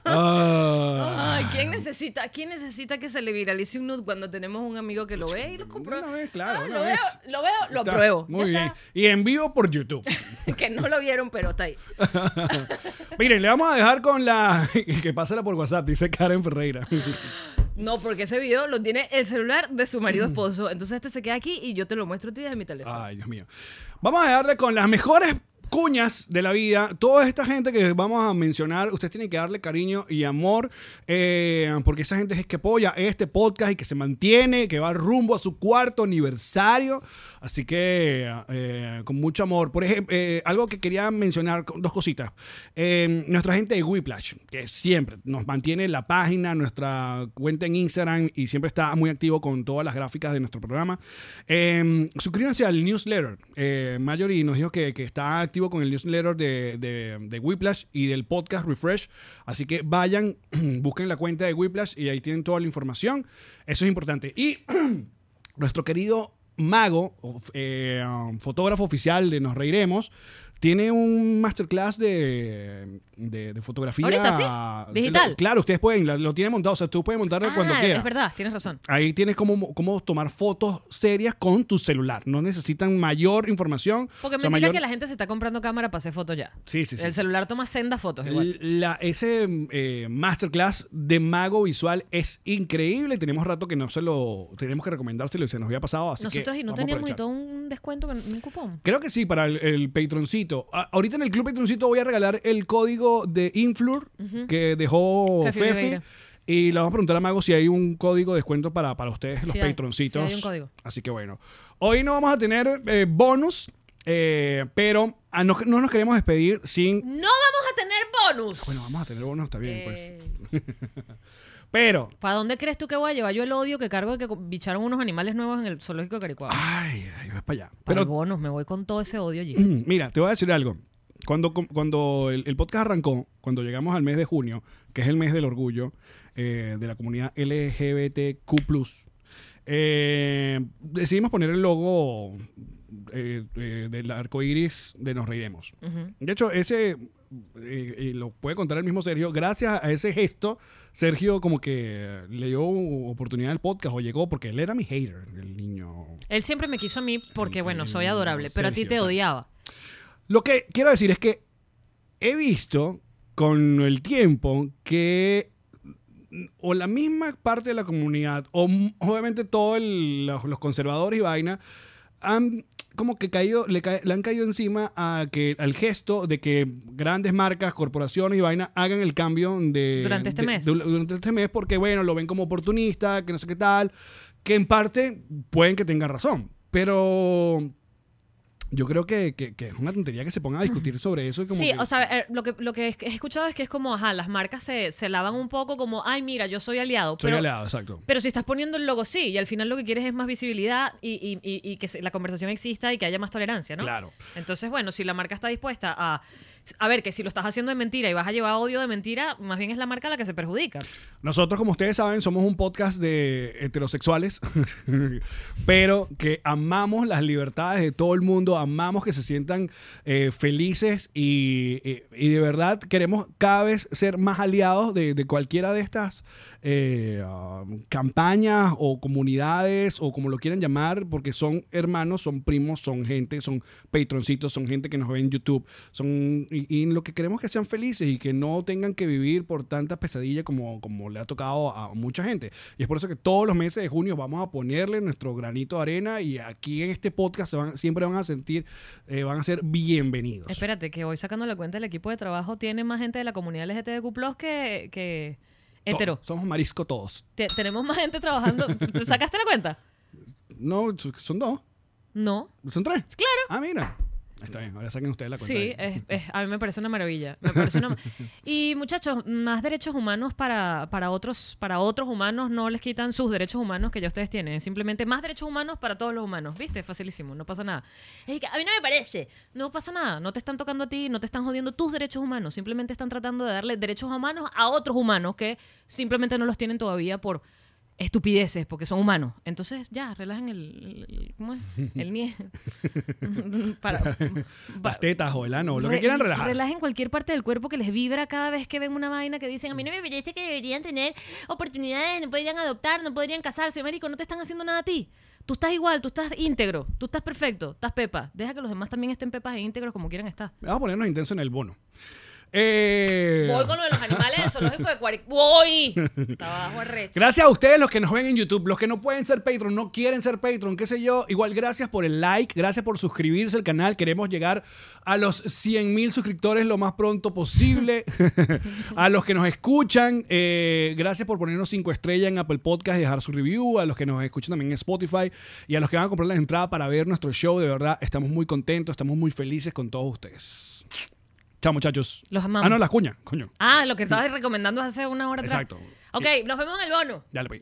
S3: Ah.
S2: Ay, ¿Quién necesita, ¿Quién necesita que se le viralice un nude cuando tenemos un amigo que lo ve y lo comprueba?
S3: Una vez, claro, una
S2: lo,
S3: vez.
S2: Veo, lo veo, lo
S3: Está-
S2: apruebo.
S3: Muy
S2: Ya
S3: bien.
S2: está.
S3: Y en vivo por YouTube.
S2: que no lo vieron, pero está ahí.
S3: Miren, le vamos a dejar con la. [LAUGHS] que pásala por WhatsApp, dice Karen Ferreira.
S2: No, porque ese video lo tiene el celular de su marido esposo. Entonces este se queda aquí y yo te lo muestro a ti desde mi teléfono.
S3: Ay, Dios mío. Vamos a darle con las mejores cuñas de la vida. Toda esta gente que vamos a mencionar, ustedes tienen que darle cariño y amor, eh, porque esa gente es que apoya este podcast y que se mantiene, que va rumbo a su cuarto aniversario. Así que eh, con mucho amor. Por ejemplo, eh, algo que quería mencionar, con- dos cositas. Eh, nuestra gente de Whiplash, que siempre nos mantiene la página, nuestra cuenta en Instagram y siempre está muy activo con todas las gráficas de nuestro programa. Eh, suscríbanse al newsletter. Eh, Mayori nos dijo que, que está activo con el newsletter de, de, de Whiplash y del podcast Refresh. Así que vayan, [CLEARS THROAT] busquen la cuenta de Whiplash y ahí tienen toda la información. Eso es importante. Y nuestro querido mago, of- eh, um, fotógrafo oficial de Nos Reiremos, tiene un masterclass de, de, de fotografía
S2: Ahorita, ¿sí?
S3: de-
S2: Digital.
S3: claro, ustedes pueden, la- lo tiene montado, o sea, tú puedes montarlo cuando
S2: Ah,
S3: quieras.
S2: es verdad, tienes razón.
S3: Ahí tienes cómo, cómo tomar fotos serias con tu celular. No necesitan mayor información.
S2: Porque
S3: O sea,
S2: mentira
S3: mayor-
S2: que la gente se está comprando cámara para hacer fotos ya.
S3: Sí, sí, sí.
S2: El celular toma sendas fotos igual.
S3: La, ese eh, masterclass de mago visual es increíble. Tenemos rato que no se lo tenemos que recomendárselo y se nos había pasado. Así que
S2: Nosotros y no
S3: vamos a
S2: teníamos y
S3: aprovechar.
S2: todo un descuento, con un cupón.
S3: Creo que sí, para el, el Patroncito. A- ahorita en el Club Patroncito voy a regalar el código de Influr que dejó
S2: Fefi
S3: Fefi.
S2: Oliveira.
S3: Y le vamos a preguntar a Mago si hay un código de descuento para, para ustedes, los
S2: Sí hay,
S3: Patroncitos.
S2: sí hay un código.
S3: Así que bueno. Hoy no vamos a tener eh, bonus, eh, pero ah, no, no nos queremos despedir sin.
S2: No vamos a tener bonus.
S3: Ah, Bueno, vamos a tener bonus, está bien, pues.
S2: Eh.
S3: Pero.
S2: ¿Para dónde crees tú que voy a llevar yo el odio que cargo de que bicharon unos animales nuevos en el zoológico de Caricuado?
S3: Ay, ay, vas para allá.
S2: Pero,
S3: Ah, Pero Mm.
S2: bonus, me voy con todo ese odio allí.
S3: [CLEARS THROAT] Mira, te voy a decir algo. Cuando, cuando el, el podcast arrancó, cuando llegamos al mes de junio, que es el mes del orgullo eh, de la comunidad LGBTQ, eh, decidimos poner el logo eh, eh, del arco iris de Nos Reiremos. De hecho, ese, eh, y lo puede contar el mismo Sergio, gracias a ese gesto, Sergio como que le dio oportunidad al podcast o llegó porque él era mi hater, el niño
S2: Él siempre me quiso a mí porque, bueno, soy
S3: Mm,
S2: adorable, pero a ti
S3: Sergio,
S2: te
S3: claro.
S2: odiaba.
S3: Lo que quiero decir es que he visto con el tiempo que o la misma parte de la comunidad o m- obviamente todos los, los conservadores y vaina han como que caído le, cae- le han caído encima a que al gesto de que grandes marcas corporaciones y vaina hagan el cambio de
S2: Durante este
S3: de-
S2: mes.
S3: de- durante este mes porque bueno lo ven como oportunista que no sé qué tal que en parte pueden que tengan razón pero yo creo que, que- que es una tontería que se pongan a discutir sobre eso. y como
S2: Sí,
S3: que-
S2: o sea, eh, lo que, lo que he escuchado es que es como, ajá, las marcas se, se lavan un poco como, ay, mira, yo soy aliado.
S3: Soy
S2: pero,
S3: aliado, exacto.
S2: Pero si estás poniendo el logo, sí, y al final lo que quieres es más visibilidad y, y- y- y que se- la conversación exista y que haya más tolerancia, ¿no?
S3: Claro.
S2: Entonces, bueno, si la marca está dispuesta a... A ver, que si lo estás haciendo de mentira y vas a llevar odio de mentira, más bien es la marca la que se perjudica.
S3: Nosotros, como ustedes saben, somos un podcast de heterosexuales, [LAUGHS] pero que amamos las libertades de todo el mundo, amamos que se sientan eh, felices y, y- y de verdad queremos cada vez ser más aliados de, de cualquiera de estas eh, ah, campañas o comunidades o como lo quieran llamar, porque son hermanos, son primos, son gente, son patroncitos, son gente que nos ve en YouTube, son y, y en lo que queremos que sean felices y que no tengan que vivir por tanta pesadilla como, como le ha tocado a mucha gente. Y es por eso que todos los meses de junio vamos a ponerle nuestro granito de arena y aquí en este podcast se van- siempre van a sentir, eh, van a ser bienvenidos.
S2: Espérate, que hoy sacando la cuenta, el equipo de trabajo tiene más gente de la comunidad LGTBQ+, que... que
S3: To-
S2: hetero.
S3: Somos marisco todos.
S2: Te- tenemos más gente trabajando. ¿Te ¿Sacaste la cuenta?
S3: No, son dos,
S2: No.
S3: son tres.
S2: Claro.
S3: Ah, mira. Está bien, ahora saquen ustedes la cuenta.
S2: Sí,
S3: ahí.
S2: es-
S3: [LAUGHS]
S2: es- a mí me parece una maravilla. Me parece una- [LAUGHS] Y muchachos, más derechos humanos para, para, otros, para otros humanos no les quitan sus derechos humanos que ya ustedes tienen. Es Simplemente más derechos humanos para todos los humanos. ¿Viste? Facilísimo, no pasa nada. Es que a mí no me parece. No pasa nada. No te están tocando a ti, no te están jodiendo tus derechos humanos. Simplemente están tratando de darle derechos humanos a otros humanos que simplemente no los tienen todavía por estupideces porque son humanos. Entonces, ya, relajan el. el- ¿Cómo
S3: [LAUGHS]
S2: es? El nie. [LAUGHS] para,
S3: Las
S2: pa-
S3: tetas o el ano, o lo que
S2: Re-
S3: quieran relajar.
S2: Relajen cualquier parte del cuerpo que les vibra cada vez que ven una vaina que dicen, a
S5: A
S2: mí
S5: mí no me parece que deberían tener oportunidades, no podrían adoptar, no podrían casarse. Marico,
S2: no te están haciendo nada a ti. Tú estás igual, tú estás íntegro, tú estás perfecto, estás pepa. Deja que los demás también estén pepas e íntegros como quieran estar.
S3: Vamos a ponernos intenso en el bono. Eh,
S2: Voy con lo de los animales del zoológico de Cuari. ¡Voy! Trabajo
S3: [LAUGHS]
S2: arrecho.
S3: Gracias a ustedes los que nos ven en YouTube, los que no pueden ser Patreon, no quieren ser Patreon, qué sé yo. Igual gracias por el like, gracias por suscribirse al canal. Queremos llegar a los 100 mil suscriptores lo más pronto posible. [LAUGHS] a los que nos escuchan, eh, gracias por ponernos 5 estrellas en Apple Podcast y dejar su review. A los que nos escuchan también en Spotify y a los que van a comprar las entradas para ver nuestro show. De verdad, estamos muy contentos, estamos muy felices con todos ustedes. Chao muchachos.
S2: Los amamos.
S3: Ah, no, las cuñas, coño.
S2: Ah, lo que estabas recomendando hace una hora atrás.
S3: Exacto. Eh.
S2: Ok, nos vemos en el bono.
S3: Dale, pues.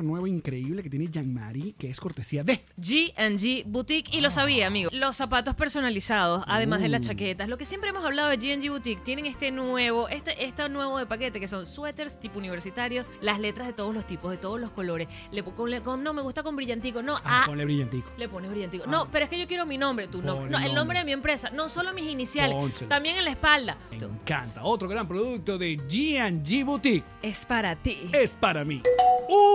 S3: nuevo increíble que tiene Jean-Marie, que es cortesía de...
S2: G&G Boutique, y lo sabía, amigo. Los zapatos personalizados, además de las chaquetas. Lo que siempre hemos hablado de G&G Boutique, tienen este nuevo, este, este nuevo de paquete, que son suéteres tipo universitarios, las letras de todos los tipos, de todos los colores. Le, pon- le- con- no, me gusta con brillantico, no,
S3: Ah,
S2: ah,
S3: ponle brillantico.
S2: le pones brillantico. No, pero es que yo quiero mi nombre, tu nombre.
S3: Pon
S2: No,
S3: el
S2: el nombre
S3: nombre.
S2: de mi empresa, no solo mis iniciales,
S3: Pónselo.
S2: también en la espalda.
S3: Me encanta. Otro gran producto de G&G Boutique.
S2: Es para ti.
S3: es para mí.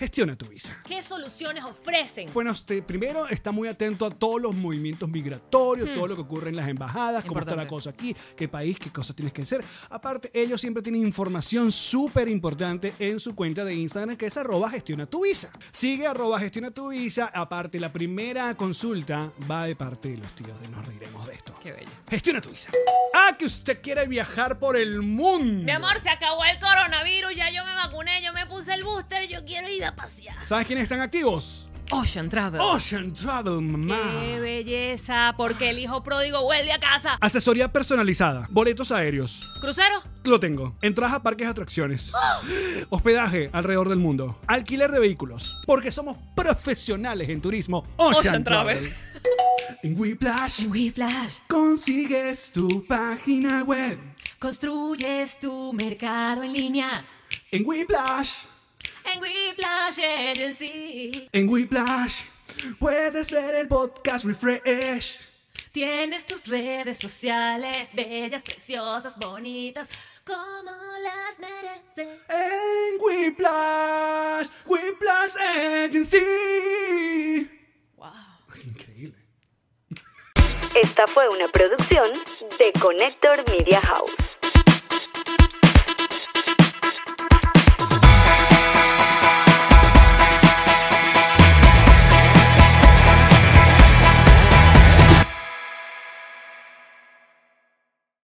S3: gestiona tu visa.
S2: ¿Qué soluciones ofrecen?
S3: Bueno, usted primero está muy atento a todos los movimientos migratorios, todo lo que ocurre en las embajadas, cómo está la
S2: Importante.
S3: cosa aquí, qué país, qué cosas tienes que hacer. Aparte, ellos siempre tienen información súper importante en su cuenta de Instagram, que es arroba gestiona tu visa. Sigue arroba gestiona tu visa. Aparte, la primera consulta va de parte de los tíos de Nos Reiremos de esto.
S2: Qué bello.
S3: Gestiona tu visa. Ah, que usted quiere viajar por el mundo.
S2: Mi amor, se acabó el coronavirus, ya yo me vacuné, yo me puse el booster, yo quiero ir a pasear.
S3: ¿Sabes quiénes están activos?
S2: Ocean Travel.
S3: Ocean Travel, mamá.
S2: ¡Qué belleza! Porque el hijo pródigo vuelve a casa.
S3: Asesoría personalizada. Boletos aéreos.
S2: ¿Crucero?
S3: Lo tengo. Entradas a parques
S2: [GASPS]
S3: y atracciones. Hospedaje alrededor del mundo. Alquiler de vehículos. Porque somos profesionales en turismo. Ocean,
S2: Ocean Travel.
S3: Travel. En Whiplash
S2: Whiplash,
S3: consigues tu página web.
S2: construyes tu mercado en línea.
S3: En Whiplash,
S2: En Whiplash Agency
S3: en Whiplash, puedes ver el podcast Refresh.
S2: tienes tus redes sociales bellas, preciosas, bonitas, como las mereces.
S3: En Whiplash, Whiplash Agency. Wow. [LAUGHS] Increíble.
S1: Esta fue una producción de Connector Media House.